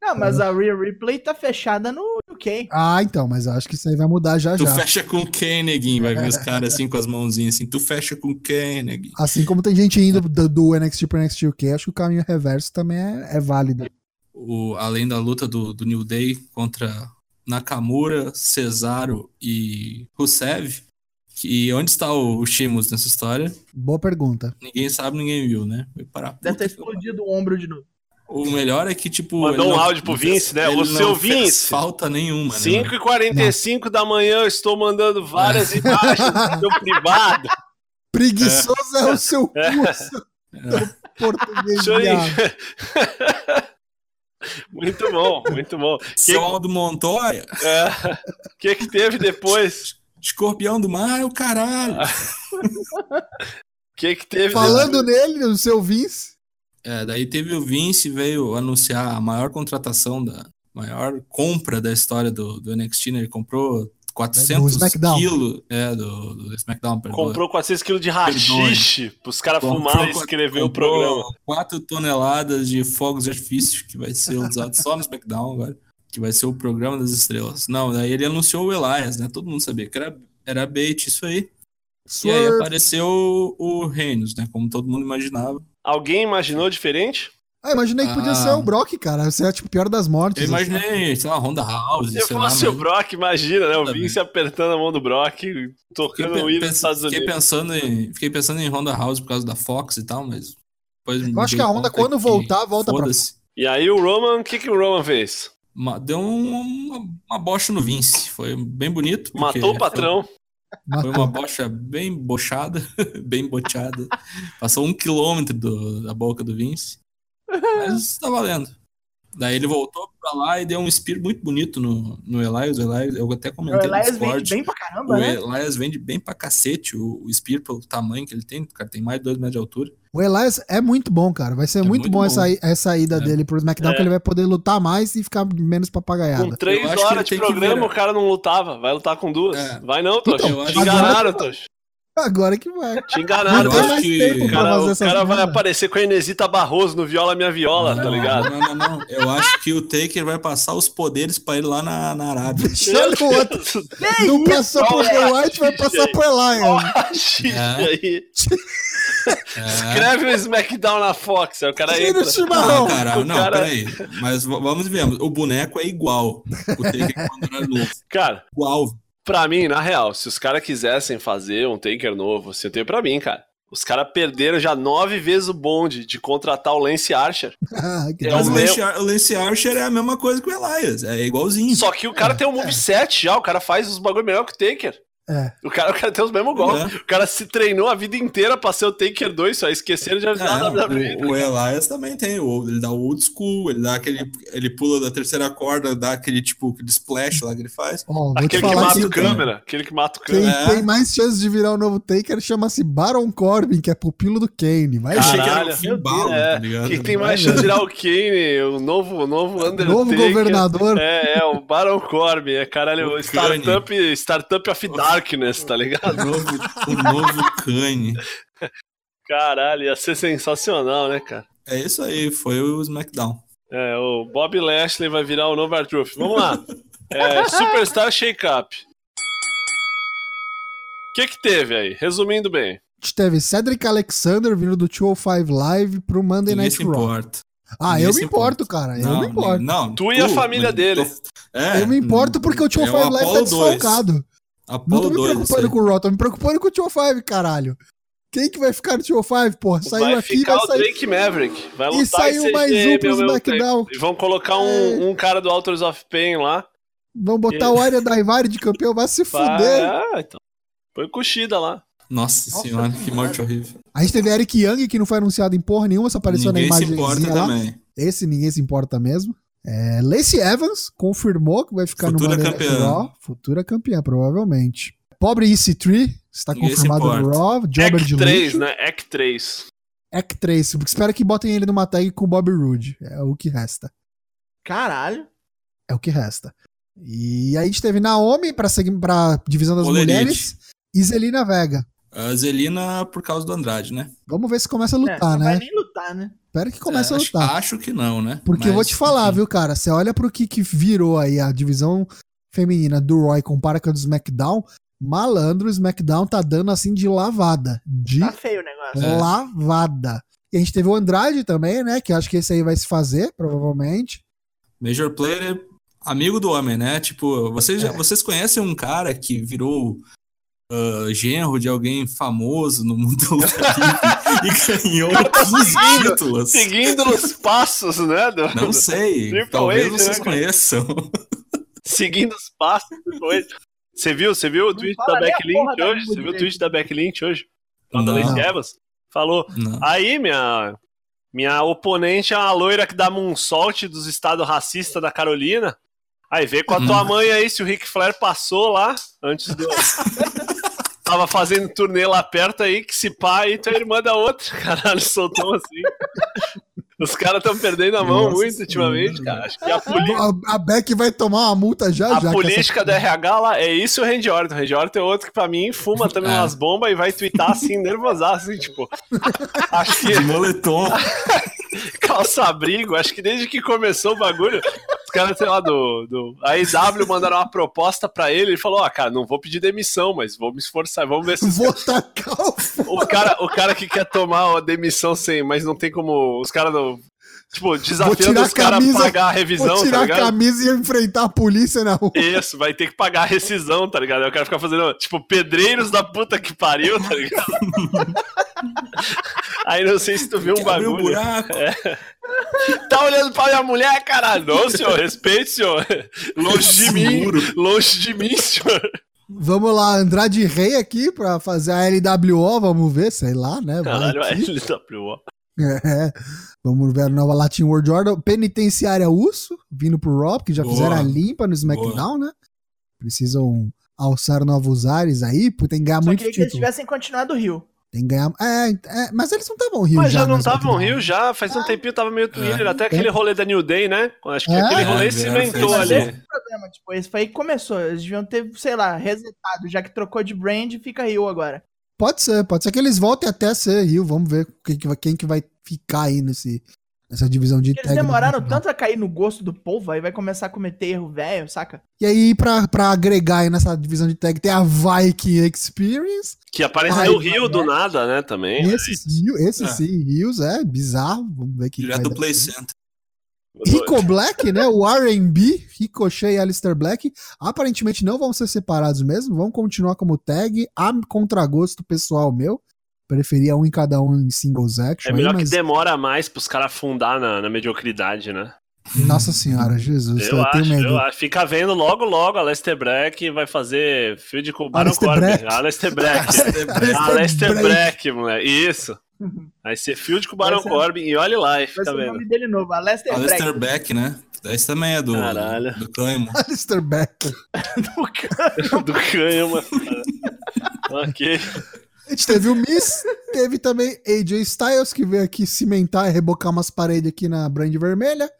Speaker 3: Não, mas
Speaker 4: É.
Speaker 3: a Real Replay tá fechada no UK.
Speaker 2: Ah, então, mas acho que isso aí vai mudar já
Speaker 4: Tu
Speaker 2: É, já.
Speaker 4: fecha com quem, neguinho? Vai ver os caras assim com as mãozinhas assim. Tu fecha com quem, neguinho?
Speaker 2: Assim como tem gente indo do, do NXT pro NXT UK, acho que o caminho reverso também é, é válido.
Speaker 4: O, além da luta do, do New Day contra Nakamura, Cesaro e Rusev. E onde está o, o Sheamus nessa história?
Speaker 2: Boa pergunta.
Speaker 4: Ninguém sabe, ninguém viu, né? Foi parar.
Speaker 3: Deve ter
Speaker 4: Puta que
Speaker 3: explodido o ombro de novo.
Speaker 4: O melhor é que, tipo.
Speaker 1: Mandou
Speaker 4: ele
Speaker 1: um
Speaker 4: não-
Speaker 1: áudio pro Vince, né?
Speaker 4: ele
Speaker 1: O
Speaker 4: não
Speaker 1: seu
Speaker 4: fez
Speaker 1: Vince.
Speaker 4: falta nenhuma, né?
Speaker 1: 5h45 da manhã, eu estou mandando várias imagens do seu privado.
Speaker 2: Preguiçoso é, o seu curso
Speaker 4: É.
Speaker 2: português.
Speaker 1: Isso aí. É
Speaker 2: viado.
Speaker 1: *laughs* Muito bom, muito bom.
Speaker 4: Sol do Montoya,
Speaker 1: É, O que que teve depois?
Speaker 4: escorpião do mar é o caralho.
Speaker 1: O que que teve
Speaker 2: Falando nele, o seu Vince.
Speaker 4: É, daí teve o Vince, veio anunciar a maior contratação, da maior compra da história do, do NXT, né? Ele comprou 400
Speaker 2: SmackDown.
Speaker 4: quilos é, do, do SmackDown. perdão.
Speaker 1: Comprou 400 quilos de rachixe pros caras
Speaker 4: Comprou
Speaker 1: fumarem e
Speaker 4: quatro-
Speaker 1: escrever o
Speaker 4: comprou
Speaker 1: programa.
Speaker 4: 4 toneladas de fogos de artifício que vai ser usado só no SmackDown agora, que vai ser o programa das estrelas. Não, daí ele anunciou o Elias, né? Todo mundo sabia que era, era bait isso aí. E aí
Speaker 2: Swerve.
Speaker 4: apareceu o- o Reinos, né? Como todo mundo imaginava.
Speaker 1: Alguém imaginou diferente?
Speaker 2: Ah, imaginei que podia
Speaker 4: Ah.
Speaker 2: ser o Brock, cara. Você é tipo pior das mortes.
Speaker 4: Eu imaginei, sei lá, Honda House,
Speaker 1: Se
Speaker 4: sei lá.
Speaker 1: fosse o
Speaker 4: mas-
Speaker 1: Brock, imagina, né? O
Speaker 4: Também.
Speaker 1: Vince apertando a mão do Brock, tocando
Speaker 4: Fiquei,
Speaker 1: o hino
Speaker 4: pe-
Speaker 1: dos é Estados
Speaker 4: fiquei
Speaker 1: Unidos.
Speaker 4: pensando em, fiquei pensando em Honda House por causa da Fox e tal, mas depois
Speaker 2: Eu acho que a Honda, quando voltar, volta pra.
Speaker 1: E aí o Roman, o que, que o Roman fez?
Speaker 4: pra. Deu um- uma, uma bocha no Vince. Foi bem bonito. porque
Speaker 1: Matou o patrão.
Speaker 4: Foi, foi uma bocha bem bochada, *laughs* bem bochada. Passou um quilômetro do- da boca do Vince. Mas tá valendo. Daí ele voltou pra lá e deu um spear muito bonito no, no Elias. O Elias, eu até
Speaker 3: O
Speaker 4: comentei no
Speaker 3: Elias
Speaker 4: Discord. é.
Speaker 3: vende é bem pra
Speaker 4: O
Speaker 3: caramba, né?
Speaker 4: Elias vende bem pra cacete o, o Spear pelo tamanho que ele tem. O cara tem mais de 2 metros de altura.
Speaker 2: O Elias é muito bom, cara. Vai ser muito,
Speaker 4: É muito
Speaker 2: bom,
Speaker 4: bom.
Speaker 2: essa, essa ida
Speaker 4: É.
Speaker 2: dele pro SmackDown,
Speaker 1: É.
Speaker 2: que ele vai poder lutar mais e ficar menos
Speaker 1: Com
Speaker 2: papagaiada.
Speaker 1: três
Speaker 4: Eu acho que
Speaker 1: horas
Speaker 4: ele
Speaker 1: de
Speaker 4: tem que
Speaker 1: programa,
Speaker 4: virar.
Speaker 1: o cara não lutava. Vai lutar com duas.
Speaker 4: É.
Speaker 1: Vai não, Tosh.
Speaker 4: Então, eu
Speaker 1: Te
Speaker 4: acho-
Speaker 1: enganaram, Tosh.
Speaker 2: Agora que vai.
Speaker 1: Te
Speaker 2: Não
Speaker 1: enganaram,
Speaker 2: tem
Speaker 4: eu
Speaker 1: Tosh.
Speaker 4: acho
Speaker 2: mais
Speaker 4: que-
Speaker 2: tempo
Speaker 1: O
Speaker 2: pra
Speaker 1: cara,
Speaker 2: fazer
Speaker 1: o
Speaker 2: essas
Speaker 1: cara vai
Speaker 2: merda.
Speaker 1: aparecer com a Inesita Barroso no Viola Minha Viola, tá
Speaker 4: Não,
Speaker 1: ligado?
Speaker 4: Não, não, não. Eu acho que o Taker vai passar os poderes pra ele lá na, na
Speaker 1: *laughs*
Speaker 4: Arábia.
Speaker 2: Deixa com outro.
Speaker 4: É.
Speaker 2: Não passou pro
Speaker 1: olha,
Speaker 2: Bray White, vai passar
Speaker 1: gente.
Speaker 2: pro Elias.
Speaker 1: Xixi,
Speaker 4: É.
Speaker 1: aí.
Speaker 4: É.
Speaker 1: Escreve o SmackDown na Fox. Aí o cara
Speaker 2: Tira
Speaker 1: entra.
Speaker 2: o chimarrão.
Speaker 4: Não, cara,
Speaker 1: O
Speaker 4: não,
Speaker 1: cara-
Speaker 4: peraí. Mas v- vamos ver. O boneco é igual. O Taker é quando era novo.
Speaker 1: Cara,
Speaker 4: Igual.
Speaker 1: pra mim, na real, se os caras quisessem fazer um Taker novo, assim, eu tenho pra mim, cara. Os caras perderam já nove vezes o bonde de contratar o Lance Archer.
Speaker 2: Ah, que
Speaker 1: É
Speaker 4: Mas
Speaker 1: o
Speaker 2: desgraça.
Speaker 4: o
Speaker 1: meu-
Speaker 4: Lance, Ar- o Lance Archer é a mesma coisa que o Elias. É igualzinho.
Speaker 1: Só que o cara tem um moveset já, o cara faz os bagulho melhor que o Taker.
Speaker 2: É.
Speaker 1: O cara, o cara tem os mesmos golpes.
Speaker 4: É.
Speaker 1: O cara se treinou a vida inteira pra ser o Taker 2, só esqueceram de avisar a WWE.
Speaker 4: É, o, o Elias também tem, o- ele dá o old school, ele dá aquele. Ele pula da terceira corda, dá aquele tipo aquele splash lá que ele faz.
Speaker 2: Ó, vou te
Speaker 1: Aquele que
Speaker 2: falar assim,
Speaker 1: mata
Speaker 2: que
Speaker 1: o né? câmera. Aquele que mata o
Speaker 2: quem
Speaker 1: câmera.
Speaker 4: É.
Speaker 2: tem mais chances de virar o novo Taker chama-se Baron Corbin, que é pupilo do Kane. Vai
Speaker 1: Caralho,
Speaker 4: Eu achei
Speaker 2: chegar.
Speaker 4: que era o Finn
Speaker 1: meu
Speaker 4: Balor,
Speaker 1: É,
Speaker 4: tá ligado?
Speaker 1: quem tem mais chance de tirar o Kane, o novo, o novo Undertaker.
Speaker 2: Novo governador.
Speaker 1: É, é, o Baron Corbin, é caralho,
Speaker 4: O
Speaker 1: o startup, startup of Darkness, tá ligado?
Speaker 4: O novo, o novo Kanye.
Speaker 1: Caralho, ia ser sensacional, né, cara?
Speaker 4: É isso aí, foi o SmackDown.
Speaker 1: É, o Bob Lashley vai virar o novo Artruth. Vamos lá. É, Superstar Shake Up. O que que teve aí? Resumindo bem.
Speaker 2: A gente teve Cedric Alexander vindo do 205 Live pro Monday
Speaker 4: Ninguém
Speaker 2: Night
Speaker 4: se
Speaker 2: Raw.
Speaker 4: importa.
Speaker 2: Ah,
Speaker 4: Ninguém
Speaker 2: eu
Speaker 4: se
Speaker 2: me importo, cara. Eu me importo.
Speaker 4: Não,
Speaker 1: Tu e a família
Speaker 4: mas-
Speaker 1: dele.
Speaker 4: É,
Speaker 2: eu me importo
Speaker 1: um
Speaker 2: porque o 205
Speaker 4: é o
Speaker 2: Live tá
Speaker 4: Apollo 2.
Speaker 2: desfalcado. Não tô
Speaker 4: Apollo
Speaker 2: me
Speaker 4: 2.
Speaker 2: preocupando com o Raw, tô me preocupando com o 205, caralho. Quem que vai ficar no 205, porra? Saiu
Speaker 1: vai
Speaker 2: aqui,
Speaker 1: ficar
Speaker 2: vai
Speaker 1: o
Speaker 2: sair.
Speaker 1: Drake Maverick. Vai
Speaker 2: E
Speaker 1: lutar
Speaker 2: saiu mais um pro SmackDown. É.
Speaker 1: E vão colocar um, um cara do Authors of Pain lá.
Speaker 2: Vão botar o Arya Daivari de campeão, vai se fuder.
Speaker 1: Ah, então. Põe coxida lá.
Speaker 4: Nossa, senhora, que morte horrível.
Speaker 2: A gente teve Eric Young, que não foi anunciado em porra nenhuma, só apareceu
Speaker 4: Ninguém
Speaker 2: na
Speaker 4: se
Speaker 2: imagenzinha
Speaker 4: importa
Speaker 2: lá.
Speaker 4: também.
Speaker 2: Esse ninguém se importa mesmo. É, Lacey Evans confirmou que vai ficar no
Speaker 4: Futura
Speaker 2: Monday Night
Speaker 4: campeã.
Speaker 2: Raw. Futura campeã, provavelmente. Pobre EC3 está
Speaker 4: Ninguém se
Speaker 2: confirmado no
Speaker 4: importa.
Speaker 2: Raw. Jobber de
Speaker 1: Ec 3,
Speaker 2: luxo.
Speaker 1: né? Ec 3.
Speaker 2: Act 3. Espero que botem ele numa tag com o Bobby Roode. É o que resta.
Speaker 3: Caralho.
Speaker 2: É o que resta. E aí a gente teve Naomi pra, segui- pra divisão das
Speaker 4: Olerite.
Speaker 2: mulheres e Zelina Vega.
Speaker 4: A Zelina por causa do Andrade, né?
Speaker 2: Vamos ver se começa a
Speaker 3: É, não
Speaker 2: lutar,
Speaker 3: vai
Speaker 2: né?
Speaker 3: nem lutar, né?
Speaker 2: Espera que comece a
Speaker 4: É, acho,
Speaker 2: lutar.
Speaker 4: acho que não, né?
Speaker 2: Porque eu vou
Speaker 4: Mas,
Speaker 2: te falar,
Speaker 4: enfim.
Speaker 2: viu, cara? Você olha pro que, que virou aí a divisão feminina do Roy, compara com a do SmackDown. Malandro, o SmackDown tá dando assim de lavada. De
Speaker 3: Tá feio o negócio.
Speaker 4: É.
Speaker 2: lavada. E a gente teve o Andrade também, né? Que acho que esse aí vai se fazer, provavelmente.
Speaker 4: Major player, é amigo do homem, né? Tipo, vocês, já-
Speaker 2: É.
Speaker 4: vocês conhecem um cara que virou ah, genro de alguém famoso no mundo *laughs* da luta livre e ganhou 15 títulos?
Speaker 1: Seguindo os passos, né? do-
Speaker 4: Não sei,
Speaker 1: Triple
Speaker 4: talvez
Speaker 1: H,
Speaker 4: vocês
Speaker 1: né, cara?
Speaker 4: conheçam.
Speaker 1: Seguindo os passos depois. Você viu? Você viu o tweet
Speaker 3: fala
Speaker 1: da
Speaker 3: nem a porra
Speaker 1: Backlink
Speaker 3: da
Speaker 1: hoje?
Speaker 3: língua
Speaker 1: Você viu o
Speaker 3: direito.
Speaker 1: tweet da Backlink hoje? Lá Da
Speaker 4: Não.
Speaker 1: Lacey Evans? Falou.
Speaker 4: Não.
Speaker 1: Aí, minha. Minha oponente é uma loira que dá moonsault dos estados racistas da Carolina. Aí vê com a tua
Speaker 4: Hum.
Speaker 1: mãe aí se o Ric Flair passou lá antes do. *laughs* Tava fazendo turnê lá perto aí, que se pá, aí tua irmã da outra. *laughs* Caralho, soltou assim. Os caras estão perdendo a mão
Speaker 4: Nossa
Speaker 1: muito ultimamente,
Speaker 4: senhora.
Speaker 1: cara. Acho que a polícia.
Speaker 2: A, a Beck vai tomar uma multa Ah, já
Speaker 1: A
Speaker 2: já. que
Speaker 1: política
Speaker 2: essa-
Speaker 1: do RH lá é isso e o Randy Orton. O Randy Orton é outro que pra mim fuma também
Speaker 4: É.
Speaker 1: umas bombas e vai twittar assim, *laughs* nervosaço, assim, tipo. *laughs* Acho
Speaker 4: De
Speaker 1: que
Speaker 4: moletom.
Speaker 1: calça-abrigo, acho que desde que começou o bagulho, os caras, sei lá, do, do. A IW mandaram uma proposta pra ele, ele falou: Ó, cara, não vou pedir demissão, mas vou me esforçar, vamos ver se. os
Speaker 2: *laughs* Vou tacar o fogo.
Speaker 1: o cara, o cara que quer tomar a demissão sem, mas não tem como. Os caras não. Tipo, desafiando
Speaker 2: tirar
Speaker 1: os caras a
Speaker 2: camisa,
Speaker 1: pagar a revisão,
Speaker 2: Vou
Speaker 1: tá
Speaker 2: tirar
Speaker 1: ligado?
Speaker 2: a camisa e enfrentar a polícia na rua.
Speaker 1: Isso, vai ter que pagar a rescisão, tá ligado? Aí o cara fica fazendo, tipo, pedreiros da puta que pariu, tá ligado? Aí não sei se tu viu um
Speaker 4: que abriu um
Speaker 1: bagulho. É,
Speaker 4: buraco.
Speaker 1: Tá olhando pra minha mulher, caralho? Não, senhor, respeite, senhor. Longe de mim,
Speaker 4: Seguro.
Speaker 1: longe de mim, senhor.
Speaker 2: Vamos lá, Andrade Rei aqui pra fazer a LWO, vamos ver, sei lá, né? vai
Speaker 1: Caralho,
Speaker 2: que-
Speaker 1: aí ele tá pro
Speaker 2: *laughs* É. Vamos ver a nova Latin World Order. Penitenciária Urso, vindo pro Raw, que já
Speaker 4: Boa.
Speaker 2: fizeram a limpa no SmackDown, né? Precisam alçar novos ares aí, porque tem que ganhar
Speaker 3: Só
Speaker 2: muito
Speaker 3: queria que eles
Speaker 2: título.
Speaker 3: tivessem continuado o Rio.
Speaker 2: Tem que ganhar... É, é, mas eles não estavam Rio
Speaker 1: Mas
Speaker 2: já.
Speaker 1: já não
Speaker 2: né,
Speaker 1: tava no
Speaker 2: SmackDown.
Speaker 1: Rio já, faz um tempinho tava meio Twitter, até aquele rolê da New Day, né? Acho que
Speaker 2: É.
Speaker 1: aquele rolê
Speaker 4: É,
Speaker 1: cimentou
Speaker 4: fez-
Speaker 1: ali.
Speaker 3: O problema, tipo, esse foi aí que começou. Eles deviam ter, sei lá, resetado. Já que trocou de brand, fica Rio agora.
Speaker 2: Pode ser, pode ser que eles voltem até a ser Rio. Vamos ver quem que vai, quem que vai ficar aí nesse, nessa divisão de
Speaker 3: Porque
Speaker 2: tag
Speaker 3: eles
Speaker 2: do
Speaker 3: demoraram
Speaker 2: SmackDown.
Speaker 3: tanto a cair no gosto do povo, aí vai começar a cometer erro velho, saca?
Speaker 2: E aí, pra, pra agregar aí nessa divisão de tag, tem a Viking Experience.
Speaker 1: Que apareceu o
Speaker 2: Ai,
Speaker 1: Rio do nada, né, também.
Speaker 2: Esses Rio, esse
Speaker 4: É. tá
Speaker 2: sim, Rios, é bizarro. Vamos ver o que que
Speaker 4: Direto
Speaker 2: vai
Speaker 4: do
Speaker 2: dar.
Speaker 4: Play Center.
Speaker 2: Rico Black, né? O R&B, Ricochet e Alistair Black, aparentemente não vão ser separados mesmo, vão continuar como tag, a contragosto pessoal meu. Preferia um em cada um em singles action.
Speaker 1: É
Speaker 2: aí,
Speaker 1: melhor que
Speaker 2: mas,
Speaker 1: demora mais pros caras afundar na, na mediocridade, né?
Speaker 2: Nossa senhora, Jesus,
Speaker 1: Eu
Speaker 2: eu tenho
Speaker 1: acho, eu
Speaker 2: medo.
Speaker 1: acho. Fica vendo logo, logo, Aleister Black vai fazer field com o Baron
Speaker 2: Aleister
Speaker 1: Corbin.
Speaker 2: Black.
Speaker 1: Aleister Black.
Speaker 2: *laughs*
Speaker 4: é
Speaker 2: Aleister
Speaker 1: Aleister
Speaker 2: Black.
Speaker 1: Black, moleque. Isso. Vai ser field com o Baron
Speaker 3: Uhum. Vai ser-
Speaker 1: Corbin e olhe lá, e
Speaker 3: Vai
Speaker 1: fica
Speaker 3: ser o
Speaker 1: vendo.
Speaker 3: nome dele novo, Alester
Speaker 4: Aleister
Speaker 3: Black.
Speaker 4: Beck, né? Esse também é do,
Speaker 1: Caralho.
Speaker 4: do Claymore.
Speaker 2: Alistair Black.
Speaker 3: *laughs*
Speaker 1: *laughs* Do Cânhama. ok.
Speaker 2: A gente teve o
Speaker 1: *laughs*
Speaker 2: Miss, teve também AJ Styles, que veio aqui cimentar e rebocar umas paredes aqui na Brand Vermelha,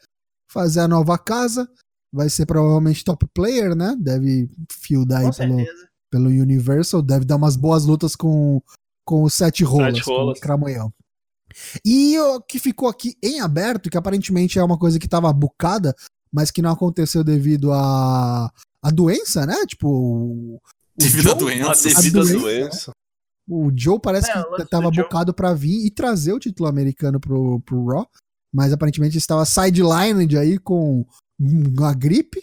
Speaker 2: fazer a nova casa. Vai ser provavelmente top player, né? Deve fieldar aí
Speaker 3: Com
Speaker 2: pelo,
Speaker 3: certeza.
Speaker 2: pelo Universal, deve dar umas boas lutas com, com o Sete Rolas,
Speaker 1: Sete
Speaker 2: com o
Speaker 1: Rolas.
Speaker 2: Cramunhão. E o que ficou aqui em aberto, que aparentemente é uma coisa que tava bucada, mas que não aconteceu devido à a, doença, né? Tipo, o,
Speaker 4: Devido à
Speaker 1: A
Speaker 4: doença.
Speaker 1: devida
Speaker 2: doença,
Speaker 1: Ah, doença.
Speaker 2: o Joe parece
Speaker 3: É, o lance
Speaker 2: que
Speaker 3: do
Speaker 2: tava
Speaker 3: Joe.
Speaker 2: bucado pra vir e trazer o título americano pro, pro Raw, mas aparentemente estava sidelined aí com uma gripe,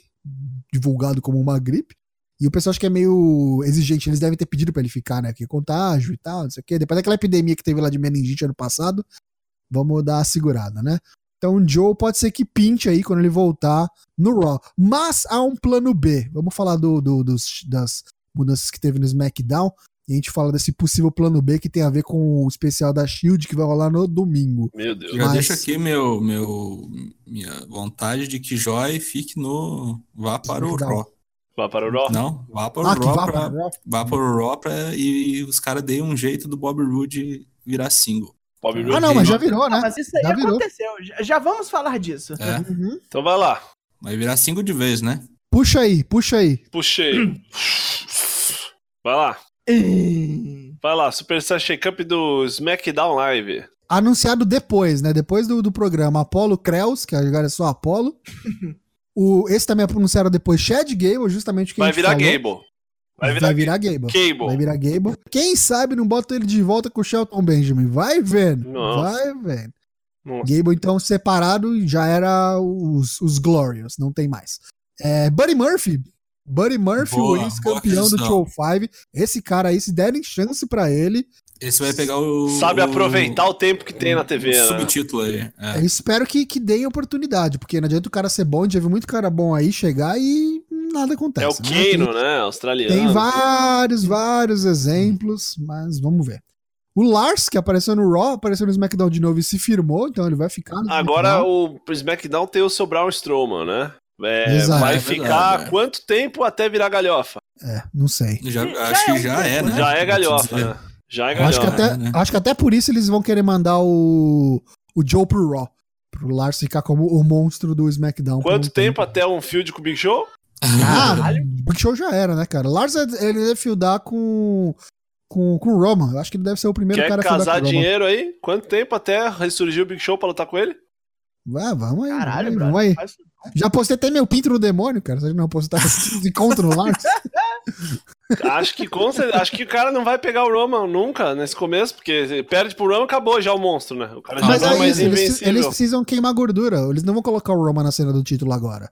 Speaker 2: divulgado como uma gripe. E o pessoal acho que é meio exigente, eles devem ter pedido pra ele ficar, né? Que contágio e tal, não sei o quê. Depois daquela epidemia que teve lá de meningite ano passado, vamos dar a segurada, né? Então o Joe pode ser que pinte aí quando ele voltar no Raw. Mas há um plano B. Vamos falar do, do- dos- das mudanças que teve no SmackDown. E a gente fala desse possível plano B que tem a ver com o especial da Shield que vai rolar no domingo.
Speaker 1: Meu Deus.
Speaker 4: Já
Speaker 2: Mas-
Speaker 4: deixo aqui meu, meu, minha vontade de que Joy fique no. Vá para o
Speaker 2: Legal.
Speaker 4: Raw.
Speaker 1: Vá para o Raw.
Speaker 4: Não, vá para o
Speaker 2: Ah, que
Speaker 4: Raw.
Speaker 2: vá pra
Speaker 4: Pra,
Speaker 2: Raw.
Speaker 4: vá para o Raw pra, e os caras deem um jeito do Bob Roode virar single.
Speaker 1: Bob
Speaker 2: Ah,
Speaker 1: Roode.
Speaker 2: não, mas já
Speaker 4: Roode.
Speaker 2: virou,
Speaker 3: Não,
Speaker 2: né?
Speaker 3: mas isso aí
Speaker 2: Já virou.
Speaker 3: aconteceu. Já, já vamos falar disso.
Speaker 4: É,
Speaker 2: Uhum.
Speaker 1: Então vai lá.
Speaker 4: vai virar single de vez, né?
Speaker 2: Puxa aí, puxa aí.
Speaker 1: Puxei. vai lá.
Speaker 3: Hum.
Speaker 1: Vai lá, Superstar Shake-Up do SmackDown Live.
Speaker 2: Anunciado depois, né? Depois do, do programa Apollo Creus, que agora é só Apollo. o, esse também anunciaram depois Chad Gable, justamente o que a
Speaker 1: Vai
Speaker 2: gente
Speaker 1: virar
Speaker 2: falou.
Speaker 1: Gable. Vai
Speaker 2: Vai
Speaker 1: virar,
Speaker 2: virar, Gable.
Speaker 1: Gable.
Speaker 2: Vai virar Gable. Quem sabe não bota ele de volta com o Shelton Benjamin. Vai vendo.
Speaker 1: Nossa.
Speaker 2: Vai vendo.
Speaker 1: Nossa.
Speaker 2: Gable, então, separado, já era os, os Glorious, não tem mais. É, Buddy Murphy. Buddy Murphy,
Speaker 4: Boa,
Speaker 2: o
Speaker 4: boa
Speaker 2: ex-campeão do
Speaker 4: aquisição.
Speaker 2: Show 5. Esse cara aí, se derem chance pra ele,
Speaker 4: Esse vai pegar o.
Speaker 1: Sabe aproveitar o tempo que tem na TV,
Speaker 4: o
Speaker 1: né?
Speaker 4: subtítulo aí. É.
Speaker 2: eu espero que, que deem oportunidade, porque não adianta o cara ser bom, já viu muito cara bom aí chegar e nada acontece.
Speaker 1: É o
Speaker 2: né?
Speaker 1: Keino, né? Australiano.
Speaker 2: Tem vários, vários exemplos, mas vamos ver. O Lars, que apareceu no Raw, apareceu no SmackDown de novo e se firmou, então ele vai ficar. no
Speaker 1: Agora
Speaker 2: SmackDown.
Speaker 1: o SmackDown tem o seu Braun Strowman, né? É,
Speaker 2: Exato. né?
Speaker 1: vai
Speaker 4: É verdade,
Speaker 1: ficar
Speaker 4: é.
Speaker 1: quanto tempo até virar galhofa?
Speaker 2: É, não sei.
Speaker 4: Já,
Speaker 3: Já
Speaker 4: acho
Speaker 3: é
Speaker 4: que
Speaker 3: um
Speaker 4: já é,
Speaker 3: pouco,
Speaker 4: né?
Speaker 1: Já é
Speaker 4: Vou te
Speaker 1: galhofa,
Speaker 4: dizer.
Speaker 1: né? Já é
Speaker 2: Eu acho, que
Speaker 1: galhofa.
Speaker 2: até,
Speaker 4: né?
Speaker 2: acho que até por isso eles vão querer mandar o, o Joe pro Raw. Pro Lars ficar como o monstro do SmackDown. por
Speaker 1: Quanto
Speaker 2: um
Speaker 1: tempo até um field com o Big Show?
Speaker 2: Ah, o Big Show já era, né, cara? Lars ele deve fildar com, com, com o Roman. Eu acho que ele deve ser o primeiro
Speaker 1: Quer
Speaker 2: cara a
Speaker 1: casar
Speaker 2: fildar com o Roman.
Speaker 1: dinheiro aí? Quanto tempo até ressurgir o Big Show pra lutar com ele?
Speaker 2: Vai, vamos aí. vamos aí,
Speaker 3: Caralho, brother.
Speaker 2: vamos aí.
Speaker 3: faz-
Speaker 2: Já postei até meu pinto no demônio, cara. Você não postar *laughs* os encontros
Speaker 1: *laughs*
Speaker 2: no Lars?
Speaker 1: Acho que com certeza- acho que o cara não vai pegar o Roman nunca nesse começo, porque perde pro Roman acabou já o monstro, né? O cara já
Speaker 2: Mas
Speaker 1: não
Speaker 2: é
Speaker 1: é mais
Speaker 2: isso, eles,
Speaker 1: invencível.
Speaker 2: eles precisam queimar gordura. Eles não vão colocar o Roman na cena do título agora.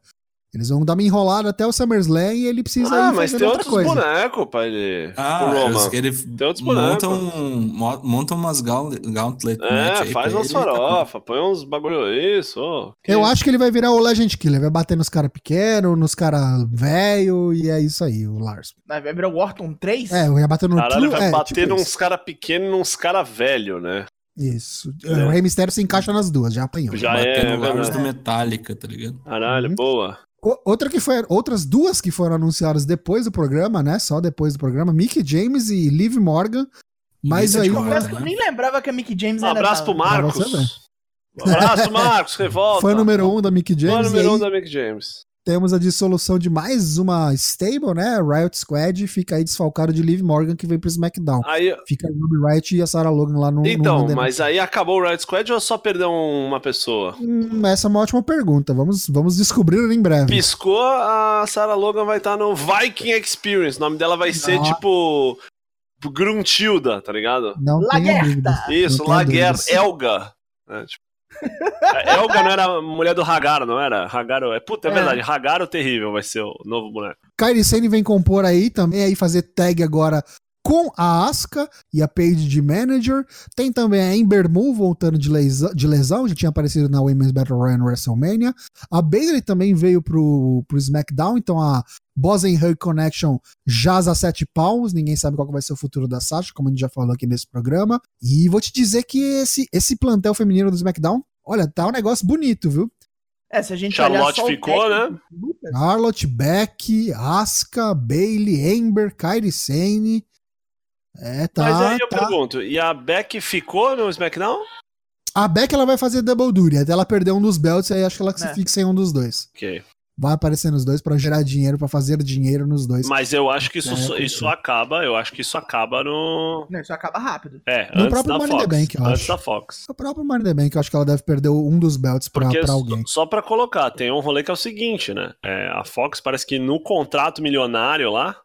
Speaker 2: Eles vão dar uma enrolada até o SummerSlam e ele precisa
Speaker 1: Ah,
Speaker 2: ir
Speaker 1: mas
Speaker 2: fazendo
Speaker 1: tem
Speaker 2: outra
Speaker 1: outros
Speaker 2: coisa.
Speaker 1: bonecos pra ele.
Speaker 4: Ah,
Speaker 1: pro
Speaker 4: eu
Speaker 1: Roman.
Speaker 4: sei que ele
Speaker 1: Tem outros
Speaker 4: monta,
Speaker 1: bonecos.
Speaker 4: um, mo- monta umas gaunt- gauntlet. match
Speaker 1: É,
Speaker 4: aí
Speaker 1: faz
Speaker 4: pra
Speaker 1: umas
Speaker 4: ele, tá
Speaker 1: farofa, põe uns bagulho isso. ó. Que-
Speaker 2: Eu acho que ele vai virar o Legend Killer. Vai bater nos caras pequenos, nos caras velho e é isso aí, o Lars.
Speaker 3: Vai virar o Orton 3?
Speaker 2: É, vai bater no
Speaker 1: Caralho,
Speaker 2: True-
Speaker 1: vai
Speaker 2: é,
Speaker 1: bater
Speaker 2: tipo
Speaker 1: nos cara pequeno e nos cara velho, né?
Speaker 2: Isso. Isso.
Speaker 1: É.
Speaker 2: O Rei Mistério se encaixa nas duas, já apanhou.
Speaker 1: Já é,
Speaker 4: Batendo
Speaker 1: é
Speaker 4: é, Lars
Speaker 1: verdade.
Speaker 4: do Metallica, tá ligado?
Speaker 1: Caralho,
Speaker 2: Uhum.
Speaker 1: boa.
Speaker 2: O- Outra que foi, outras duas que foram anunciadas depois do programa, né? Só depois do programa, Mickey James e Liv Morgan. Mas
Speaker 4: Isso é
Speaker 2: aí,
Speaker 4: de
Speaker 3: Confesso
Speaker 4: Uhum.
Speaker 3: que eu nem lembrava que a Mickey James
Speaker 1: Um
Speaker 3: ainda
Speaker 1: abraço pro
Speaker 3: tava.
Speaker 2: Pra você ver.
Speaker 1: Marcos. Um abraço, Marcos, revolta.
Speaker 2: fã número um da Mickey James.
Speaker 1: tá. Fã
Speaker 2: e
Speaker 1: número
Speaker 2: aí
Speaker 1: um da Mick James.
Speaker 2: Temos a dissolução de mais uma stable, né? Riot Squad fica aí desfalcado de Liv Morgan que vem pro SmackDown.
Speaker 1: Aí,
Speaker 2: Fica a Ruby Riot e a Sarah Logan lá no. no
Speaker 1: Ah. então,
Speaker 2: Monday Night.
Speaker 1: mas aí acabou o Riot Squad ou é só perdeu um, uma pessoa?
Speaker 2: Hum, essa é uma ótima pergunta. Vamos, vamos descobrir em breve.
Speaker 1: Piscou, a Sarah Logan vai estar no Viking Experience. O nome dela vai ser
Speaker 2: Não.
Speaker 1: tipo. Gruntilda, tá ligado?
Speaker 2: Não tenho
Speaker 3: Lagerta.
Speaker 2: dúvidas.
Speaker 1: Isso,
Speaker 2: Não tenho
Speaker 1: Lager
Speaker 2: dúvidas.
Speaker 1: Elga. né, tipo. A Elga não era a mulher do Hagaro, não era? Hagaro é. Puta, é,
Speaker 3: É.
Speaker 1: verdade. Hagaro terrível vai ser o novo boneco.
Speaker 2: Kairi Sane vem compor aí também, aí fazer tag agora com a Asuka e a Paige de manager. Tem também a Ember Moon voltando de lesão, de lesão, já tinha aparecido na Women's Battle Royale no WrestleMania. A Bailey também veio pro, pro SmackDown, então a Boss and Hug Connection jaz a 7 pounds, ninguém sabe qual que vai ser o futuro da Sasha, como a gente já falou aqui nesse programa. E vou te dizer que esse, esse plantel feminino do SmackDown, olha, tá um negócio bonito, viu?
Speaker 3: É, se a gente
Speaker 1: Charlotte
Speaker 3: olhar só o
Speaker 1: ficou,
Speaker 3: técnico,
Speaker 1: né?
Speaker 3: Lucas,
Speaker 2: Charlotte, Beck, Asuka, Bailey, Ember, Kairi Sane. É, tá.
Speaker 1: Mas aí eu
Speaker 2: tá.
Speaker 1: pergunto: e a Beck ficou no SmackDown?
Speaker 2: A Beck ela vai fazer double duty, até ela perder um dos belts, aí acho que ela que se
Speaker 3: É.
Speaker 2: fixa em um dos dois.
Speaker 1: Ok.
Speaker 2: Vai aparecer nos dois pra gerar dinheiro, pra fazer dinheiro nos dois.
Speaker 1: Mas eu acho que isso,
Speaker 2: É, com
Speaker 1: isso
Speaker 2: certeza.
Speaker 1: acaba, eu acho que isso acaba no.
Speaker 3: Não, né, isso acaba rápido.
Speaker 1: É,
Speaker 2: No
Speaker 1: antes
Speaker 2: próprio
Speaker 1: da
Speaker 2: Money in
Speaker 1: Fox.
Speaker 2: the Bank, eu
Speaker 1: antes
Speaker 2: acho.
Speaker 1: da Fox.
Speaker 2: A própria Marina Bank, eu acho que ela deve perder um dos belts pra,
Speaker 1: Porque é
Speaker 2: pra
Speaker 1: só-
Speaker 2: alguém.
Speaker 1: só pra colocar, tem um rolê que é o seguinte, né? É, a Fox parece que no contrato milionário lá,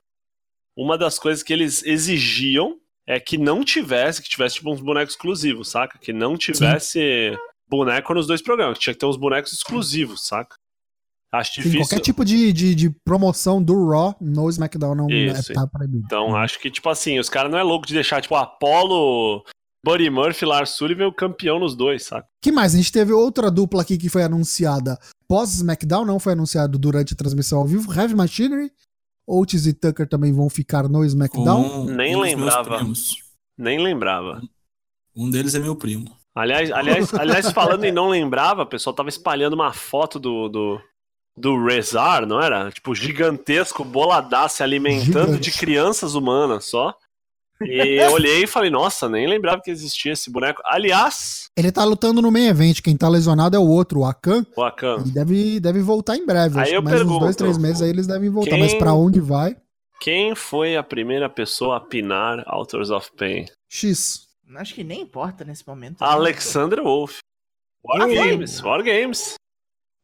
Speaker 1: uma das coisas que eles exigiam é que não tivesse, que tivesse tipo uns bonecos exclusivos, saca? Que não tivesse boneco nos dois programas, que tinha que ter uns bonecos exclusivos, saca? Acho
Speaker 2: Tem
Speaker 1: difícil.
Speaker 2: qualquer tipo de, de, de promoção do Raw no SmackDown não
Speaker 1: Isso,
Speaker 2: é, tá proibido.
Speaker 1: Então acho que, tipo assim, os caras não é louco de deixar, tipo, Apollo, Buddy Murphy, Lars Sullivan o campeão nos dois, saca?
Speaker 2: que mais? A gente teve outra dupla aqui que foi anunciada pós-SmackDown, não foi anunciado durante a transmissão ao vivo. Heavy Machinery, Otis e Tucker também vão ficar no SmackDown.
Speaker 4: Com um,
Speaker 1: Nem
Speaker 4: dos meus
Speaker 1: lembrava.
Speaker 4: primos.
Speaker 1: Nem lembrava.
Speaker 4: Um deles é meu primo.
Speaker 1: Aliás, aliás, aliás, falando em não lembrava, o pessoal tava espalhando uma foto do, do, do Rezar, não era? Tipo, gigantesco, boladaço, se alimentando
Speaker 2: Gigante.
Speaker 1: de crianças humanas só. E eu olhei e falei, nossa, nem lembrava que existia esse boneco. Aliás,
Speaker 2: Ele tá lutando no main event, quem tá lesionado é o outro, o Akan,
Speaker 1: o Akan,
Speaker 2: e deve, deve voltar em breve.
Speaker 1: Uhum. Aí
Speaker 2: Acho
Speaker 1: eu
Speaker 2: que mais uns
Speaker 1: pergunto,
Speaker 2: dois, três meses aí eles devem voltar,
Speaker 1: quem-
Speaker 2: mas pra onde vai?
Speaker 1: Quem foi a primeira pessoa a pinar Authors of Pain?
Speaker 2: X.
Speaker 3: Acho que nem importa nesse momento. né?
Speaker 1: Alexander Wolf. War
Speaker 3: Ah, foi?
Speaker 1: Games, War Games.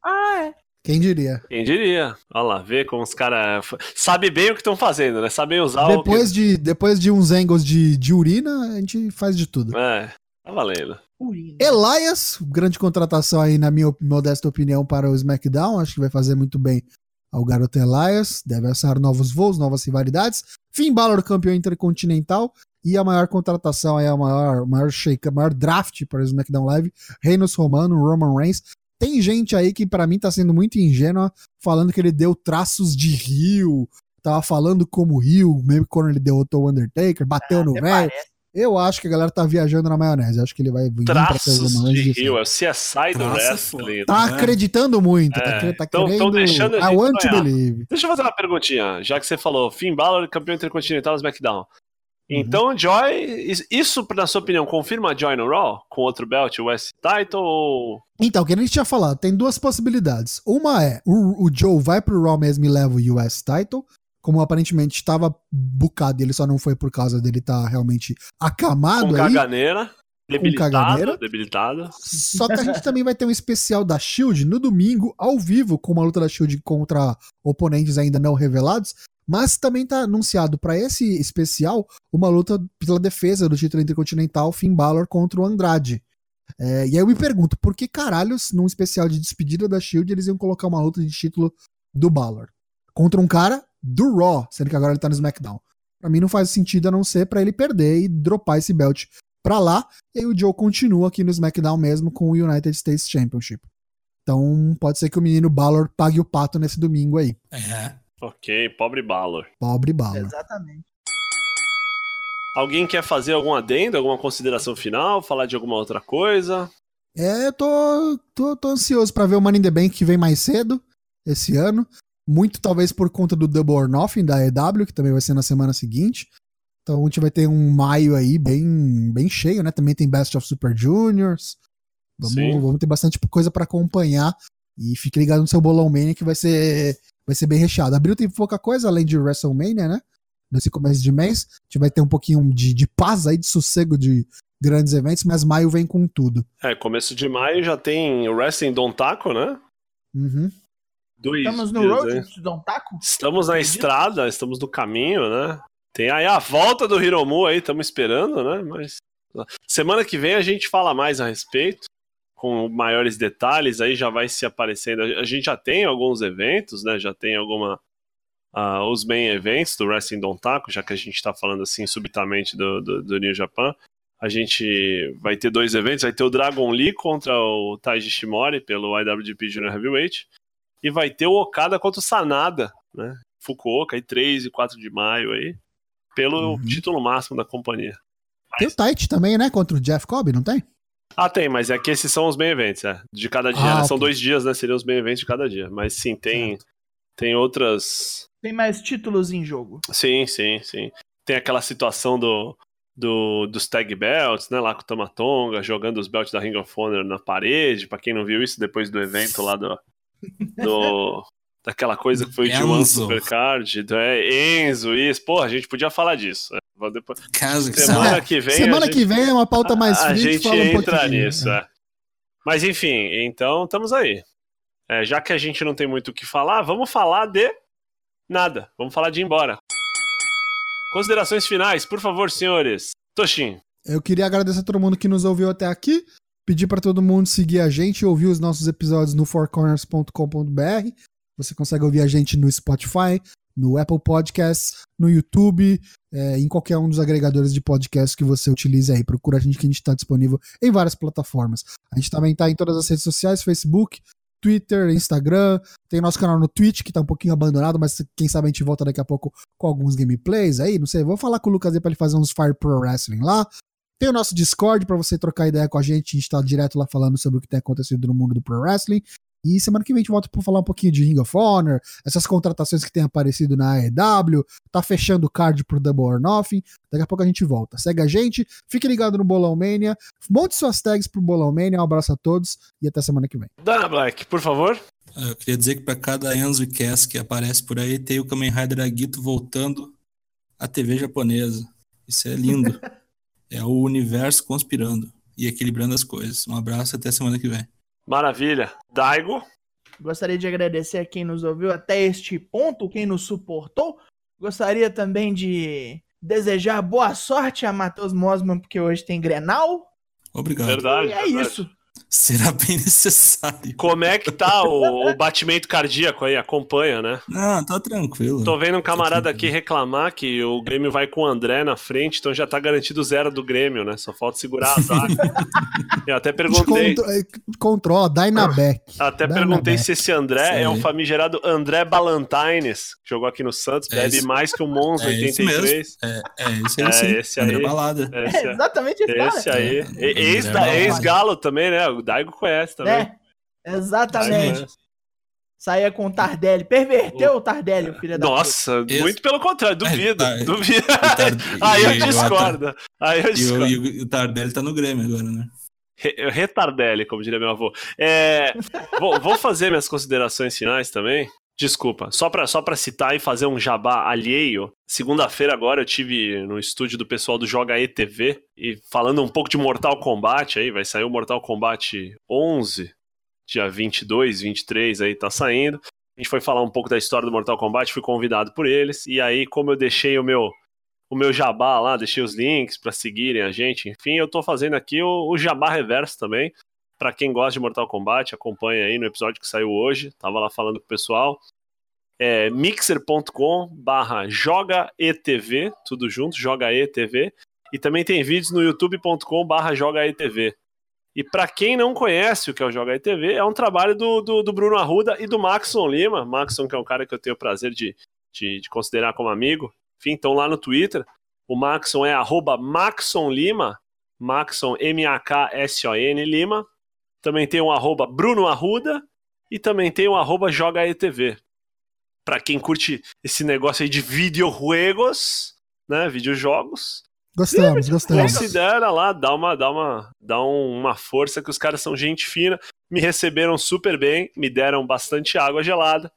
Speaker 3: Ah, é.
Speaker 2: Quem diria?
Speaker 1: Quem diria? Olha lá, vê como os caras. Sabe bem o que estão fazendo, né? Sabem usar
Speaker 2: Depois de, depois de uns angles de, de urina, a gente faz de tudo.
Speaker 1: o que. É, tá valendo.
Speaker 3: Urina.
Speaker 2: Elias, grande contratação aí, na minha op- modesta opinião, para o SmackDown. Acho que vai fazer muito bem ao garoto Elias. Deve alçar novos voos, novas rivalidades. Finn Balor, campeão intercontinental. E a maior contratação aí, a maior, maior shake, a maior draft para o SmackDown Live. Reinos Romano, Roman Reigns. Tem gente aí que pra mim tá sendo muito ingênua, falando que ele deu traços de rio. Tava falando como rio, mesmo quando ele derrotou o Undertaker, bateu no
Speaker 3: Até
Speaker 2: velho.
Speaker 3: parece.
Speaker 2: Eu acho que a galera tá viajando na maionese. Acho que ele vai vir pra ser
Speaker 1: Traços
Speaker 2: uma
Speaker 1: de
Speaker 2: anjo.
Speaker 1: Rio, é o CSI do
Speaker 4: Traça
Speaker 1: Wrestling.
Speaker 2: Tá
Speaker 4: né?
Speaker 2: acreditando muito. tá,
Speaker 1: É,
Speaker 2: cre- tá
Speaker 1: tão-
Speaker 2: querendo.
Speaker 1: tão deixando a
Speaker 2: I
Speaker 1: gente
Speaker 2: want to
Speaker 1: sonhar.
Speaker 2: believe.
Speaker 1: Deixa eu fazer uma perguntinha, já que você falou Finn Balor, campeão intercontinental do
Speaker 2: Uhum.
Speaker 1: SmackDown. Então, Joy, is- isso, na sua opinião, confirma a Joy no Raw? Com outro belt, o S Title ou.
Speaker 2: Então, o que a gente tinha falado, tem duas possibilidades. Uma é o, o Joe vai pro Raw mesmo e leva o US title. Como aparentemente estava bucado e ele só não foi por causa dele estar realmente
Speaker 1: com
Speaker 2: acamado aí.
Speaker 1: caganeira? Debilitado,
Speaker 2: Ah, caganeira.
Speaker 1: debilitado.
Speaker 2: Só que a gente também vai ter um especial da Shield no domingo, ao vivo, com uma luta da Shield contra oponentes ainda não revelados. Mas também tá anunciado para esse especial uma luta pela defesa do título intercontinental Finn Balor contra o Andrade. É, e aí eu me pergunto, por que caralhos, num especial de despedida da Shield, eles iam colocar uma luta de título do Balor? Contra um cara do Raw, sendo que agora ele tá no SmackDown. Pra mim não faz sentido a não ser pra ele perder e dropar esse belt pra lá. E aí o Joe continua aqui no SmackDown mesmo com o United States Championship. Então pode ser que o menino Balor pague o pato nesse domingo aí.
Speaker 4: É.
Speaker 1: Ok, pobre Balor.
Speaker 2: Pobre Balor.
Speaker 3: Exatamente.
Speaker 1: Alguém quer fazer algum adendo, alguma consideração final, falar de alguma outra coisa?
Speaker 2: É, eu tô, tô, tô ansioso pra ver o Money in the Bank que vem mais cedo esse ano. Muito talvez por conta do Double or Nothing da EW, que também vai ser na semana seguinte. Então a gente vai ter um maio aí bem, bem cheio, né? Também tem Best of Super Juniors. Vamos,
Speaker 1: Sim.
Speaker 2: vamos ter bastante coisa pra acompanhar. E fique ligado no seu Bolão Mania que vai ser, vai ser bem recheado. Abril tem pouca coisa, além de WrestleMania, né? Nesse começo de mês. A gente vai ter um pouquinho de, de paz aí, de sossego de grandes eventos, mas maio vem com tudo.
Speaker 1: É, começo de maio já tem o Wrestling Don Taco, né?
Speaker 2: Uhum.
Speaker 1: Dois
Speaker 3: Estamos no
Speaker 1: dias,
Speaker 3: Road
Speaker 1: né?
Speaker 3: to Don Taco?
Speaker 1: Estamos na estrada, estamos no caminho, né? Tem aí a volta do Hiromu aí, estamos esperando, né? Mas semana que vem a gente fala mais a respeito, com maiores detalhes, aí já vai se aparecendo. A gente já tem alguns eventos, né? Já tem alguma ah, os main events do Wrestling Don Taco, já que a gente está falando assim subitamente do, do, do New Japan. A gente vai ter dois eventos, vai ter o Dragon Lee contra o Taiji Shimori pelo IWGP Junior Heavyweight e vai ter o Okada contra o Sanada, né? Fukuoka aí 3 e 4 de maio aí pelo
Speaker 2: Uhum.
Speaker 1: título máximo da companhia.
Speaker 2: Tem o Tight também, né? Contra o Jeff Cobb, não tem?
Speaker 1: Ah, tem, mas é que esses são os main events, é. De cada dia,
Speaker 2: Ah,
Speaker 1: né? São
Speaker 2: ok.
Speaker 1: dois dias, né? Seriam os main events de cada dia. Mas sim, tem tem outras
Speaker 3: Tem mais títulos em jogo.
Speaker 1: Sim, sim, sim. Tem aquela situação do, do- dos tag belts, né? Lá com o Tamatonga, jogando os belts da Ring of Honor na parede. Pra quem não viu isso depois do evento lá do. do- daquela coisa que foi de One
Speaker 4: Enzo.
Speaker 1: Supercard, do- é, Enzo, isso. Porra, a gente podia falar disso. né? Mas Depois,
Speaker 4: Casa que
Speaker 1: semana
Speaker 4: sabe.
Speaker 1: que vem.
Speaker 2: Semana
Speaker 1: a gente,
Speaker 2: que vem é uma pauta mais
Speaker 1: a
Speaker 2: fria.
Speaker 1: gente
Speaker 3: um
Speaker 1: entra nisso. é. Mas enfim, então estamos aí. É, já que a gente não tem muito o que falar, vamos falar de nada. Vamos falar de ir embora. Considerações finais, por favor, senhores. Toshin.
Speaker 2: Eu queria agradecer a todo mundo que nos ouviu até aqui. Pedir para todo mundo seguir a gente e ouvir os nossos episódios no fourcorners.com.br. Você consegue ouvir a gente no Spotify, no Apple Podcasts, no YouTube, eh, em qualquer um dos agregadores de podcasts que você utilize aí. Procura a gente que a gente está disponível em várias plataformas. A gente também está em todas as redes sociais, Facebook, Twitter, Instagram. Tem nosso canal no Twitch, que tá um pouquinho abandonado, mas quem sabe a gente volta daqui a pouco com alguns gameplays aí. Não sei, vou falar com o Lucas aí para ele fazer uns Fire Pro Wrestling lá. Tem o nosso Discord pra você trocar ideia com a gente. A gente tá direto lá falando sobre o que tem acontecido no mundo do Pro Wrestling. E semana que vem a gente volta pra falar um pouquinho de Ring of Honor, essas contratações que têm aparecido na AEW, tá fechando o card pro Double or Nothing. Daqui a pouco a gente volta. Segue a gente, fique ligado no Bolão Mania, monte suas tags pro Bolão Mania, um abraço a todos e até semana que vem.
Speaker 1: Dana Black, por favor.
Speaker 4: Eu queria dizer que para cada Enzo e Cass que aparece por aí, tem o Kamen Rider Agito voltando à TV japonesa. Isso
Speaker 3: *laughs*
Speaker 4: é lindo. é o universo conspirando e equilibrando as coisas. Um abraço até semana que vem.
Speaker 1: Maravilha. Daigo,
Speaker 3: Gostaria de agradecer a quem nos ouviu até este ponto, quem nos suportou. Gostaria também de desejar boa sorte a Matheus Mosman, porque hoje tem Grenal.
Speaker 4: Obrigado.
Speaker 1: verdade.
Speaker 3: e é
Speaker 1: verdade.
Speaker 3: isso.
Speaker 4: Será bem *laughs* necessário.
Speaker 1: Como é que tá o, o batimento cardíaco aí? Acompanha, né?
Speaker 4: Não, tá tranquilo.
Speaker 1: Tô vendo um camarada aqui reclamar que o Grêmio vai com o André na frente, então já tá garantido zero do Grêmio, né? Só falta segurar
Speaker 4: *laughs*
Speaker 1: a zaga. Eu até perguntei, Ah,
Speaker 2: Descontro- eh, Controla, Dynaback.
Speaker 1: até
Speaker 2: Dá
Speaker 1: perguntei
Speaker 2: na
Speaker 1: se esse André
Speaker 4: Isso aí.
Speaker 1: é o famigerado André Balantines, que jogou aqui no Santos,
Speaker 4: É
Speaker 1: bebe
Speaker 4: isso.
Speaker 1: mais que um o Monza
Speaker 4: É isso
Speaker 1: 83.
Speaker 4: É, esse aí
Speaker 1: É,
Speaker 4: sim.
Speaker 1: esse aí.
Speaker 4: André Balada.
Speaker 1: É
Speaker 3: É
Speaker 1: Esse,
Speaker 3: exatamente esse cara.
Speaker 1: esse aí.
Speaker 4: É,
Speaker 1: E- Ex,
Speaker 4: André
Speaker 1: da-
Speaker 4: É, Balantines.
Speaker 1: Ex-Galo também, né? O Daigo conhece também. né?
Speaker 3: né?
Speaker 4: tá
Speaker 3: Exatamente.
Speaker 1: Daigo
Speaker 3: Saía com o Tardelli. Perverteu o Tardelli, o filho da
Speaker 1: Nossa,
Speaker 4: Esse-
Speaker 1: muito pelo contrário, duvido,
Speaker 4: É, tá.
Speaker 1: duvido.
Speaker 4: E Tardelli-
Speaker 1: *laughs* *laughs* Aí eu
Speaker 4: e o Ata-
Speaker 1: discordo. Aí eu
Speaker 4: E o,
Speaker 1: discordo.
Speaker 4: e o- e o Tardelli tá no Grêmio agora, né?
Speaker 1: Re- Retardelli, como diria meu avô. É, vou, vou fazer minhas considerações finais também. Desculpa, só pra, só pra citar e fazer um jabá alheio. Segunda-feira agora eu tive no estúdio do pessoal do Joga ETV e falando um pouco de Mortal Kombat aí, vai sair o Mortal Kombat 11, dia 22, 23 aí tá saindo. A gente foi falar um pouco da história do Mortal Kombat, fui convidado por eles e aí como eu deixei o meu o meu jabá lá, deixei os links para seguirem a gente. Enfim, eu tô fazendo aqui o, o jabá reverso também. Para quem gosta de Mortal Kombat, acompanha aí no episódio que saiu hoje. Tava lá falando com o pessoal. É mixer.com barra joga ETV, tudo junto, joga ETV. E também tem vídeos no youtube.com barra joga ETV. E para quem não conhece o que é o Joga ETV, é um trabalho do, do, do Bruno Arruda e do Maxon Lima. Maxon, que é um cara que eu tenho o prazer de, de, de considerar como amigo. Enfim, então lá no Twitter, o Maxon é arroba Maxon Lima, Maxon M-A-K-S-O-N Lima. Também tem o arroba Bruno Arruda e também tem o arroba Joga ETV. Pra quem curte esse negócio aí de videojuegos, né, videojogos,
Speaker 2: Gostamos, gostamos.
Speaker 1: *laughs* Considera lá, dá uma, dá uma, dá um- uma força que os caras são gente fina. Me receberam super bem, me deram bastante água gelada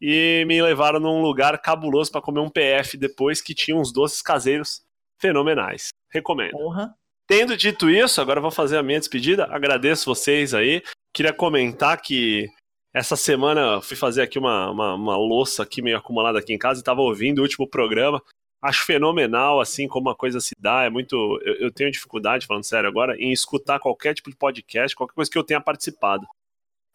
Speaker 1: e me levaram num lugar cabuloso pra comer um PF depois que tinha uns doces caseiros fenomenais. Recomendo.
Speaker 3: porra.
Speaker 1: Tendo dito isso, agora eu vou fazer a minha despedida. Agradeço vocês aí. Queria comentar que essa semana eu fui fazer aqui uma, uma, uma louça aqui meio acumulada aqui em casa e tava ouvindo o último programa. Acho fenomenal, assim, como a coisa se dá. É muito. Eu, eu tenho dificuldade, falando sério agora, em escutar qualquer tipo de podcast, qualquer coisa que eu tenha participado.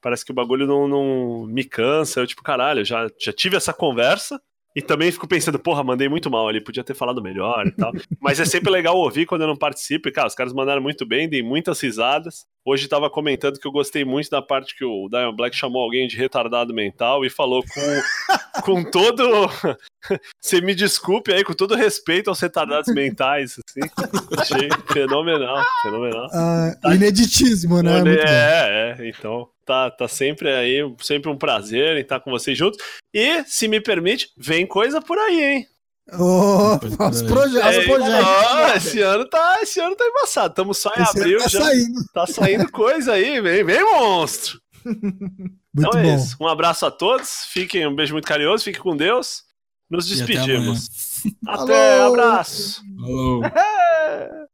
Speaker 1: Parece que o bagulho não, não me cansa. Eu, tipo, caralho, eu já, já tive essa conversa. E também fico pensando, porra, mandei muito mal ali, podia ter falado melhor e tal. Mas é sempre legal ouvir quando eu não participo. E, cara, os caras mandaram muito bem, dei muitas risadas. Hoje tava comentando que eu gostei muito da parte que o Diamond Black chamou alguém de retardado mental e falou com, com todo. *laughs* Você me desculpe aí, com todo respeito aos retardados mentais, assim. Achei fenomenal, fenomenal.
Speaker 2: Ah, ineditismo, né?
Speaker 1: Olha,
Speaker 2: Muito bom.
Speaker 1: é, é, então tá, tá sempre aí, sempre um prazer em estar com vocês juntos. E, se me permite, vem coisa por aí, hein?
Speaker 2: Ô, *laughs* os projetos,
Speaker 1: É,
Speaker 2: os projetos.
Speaker 1: ó, esse ano tá, esse ano tá embaçado. Estamos só em
Speaker 2: Esse ano
Speaker 1: abril,
Speaker 2: tá
Speaker 1: já
Speaker 2: saindo.
Speaker 1: tá saindo coisa aí, vem, vem monstro.
Speaker 2: Muito
Speaker 1: então é
Speaker 2: bom.
Speaker 1: isso. Um abraço a todos. Fiquem, um beijo muito carinhoso, fiquem com Deus. Nos
Speaker 4: E até
Speaker 2: *laughs*
Speaker 1: despedimos. Até,
Speaker 2: Falou.
Speaker 1: abraço.
Speaker 4: Falou.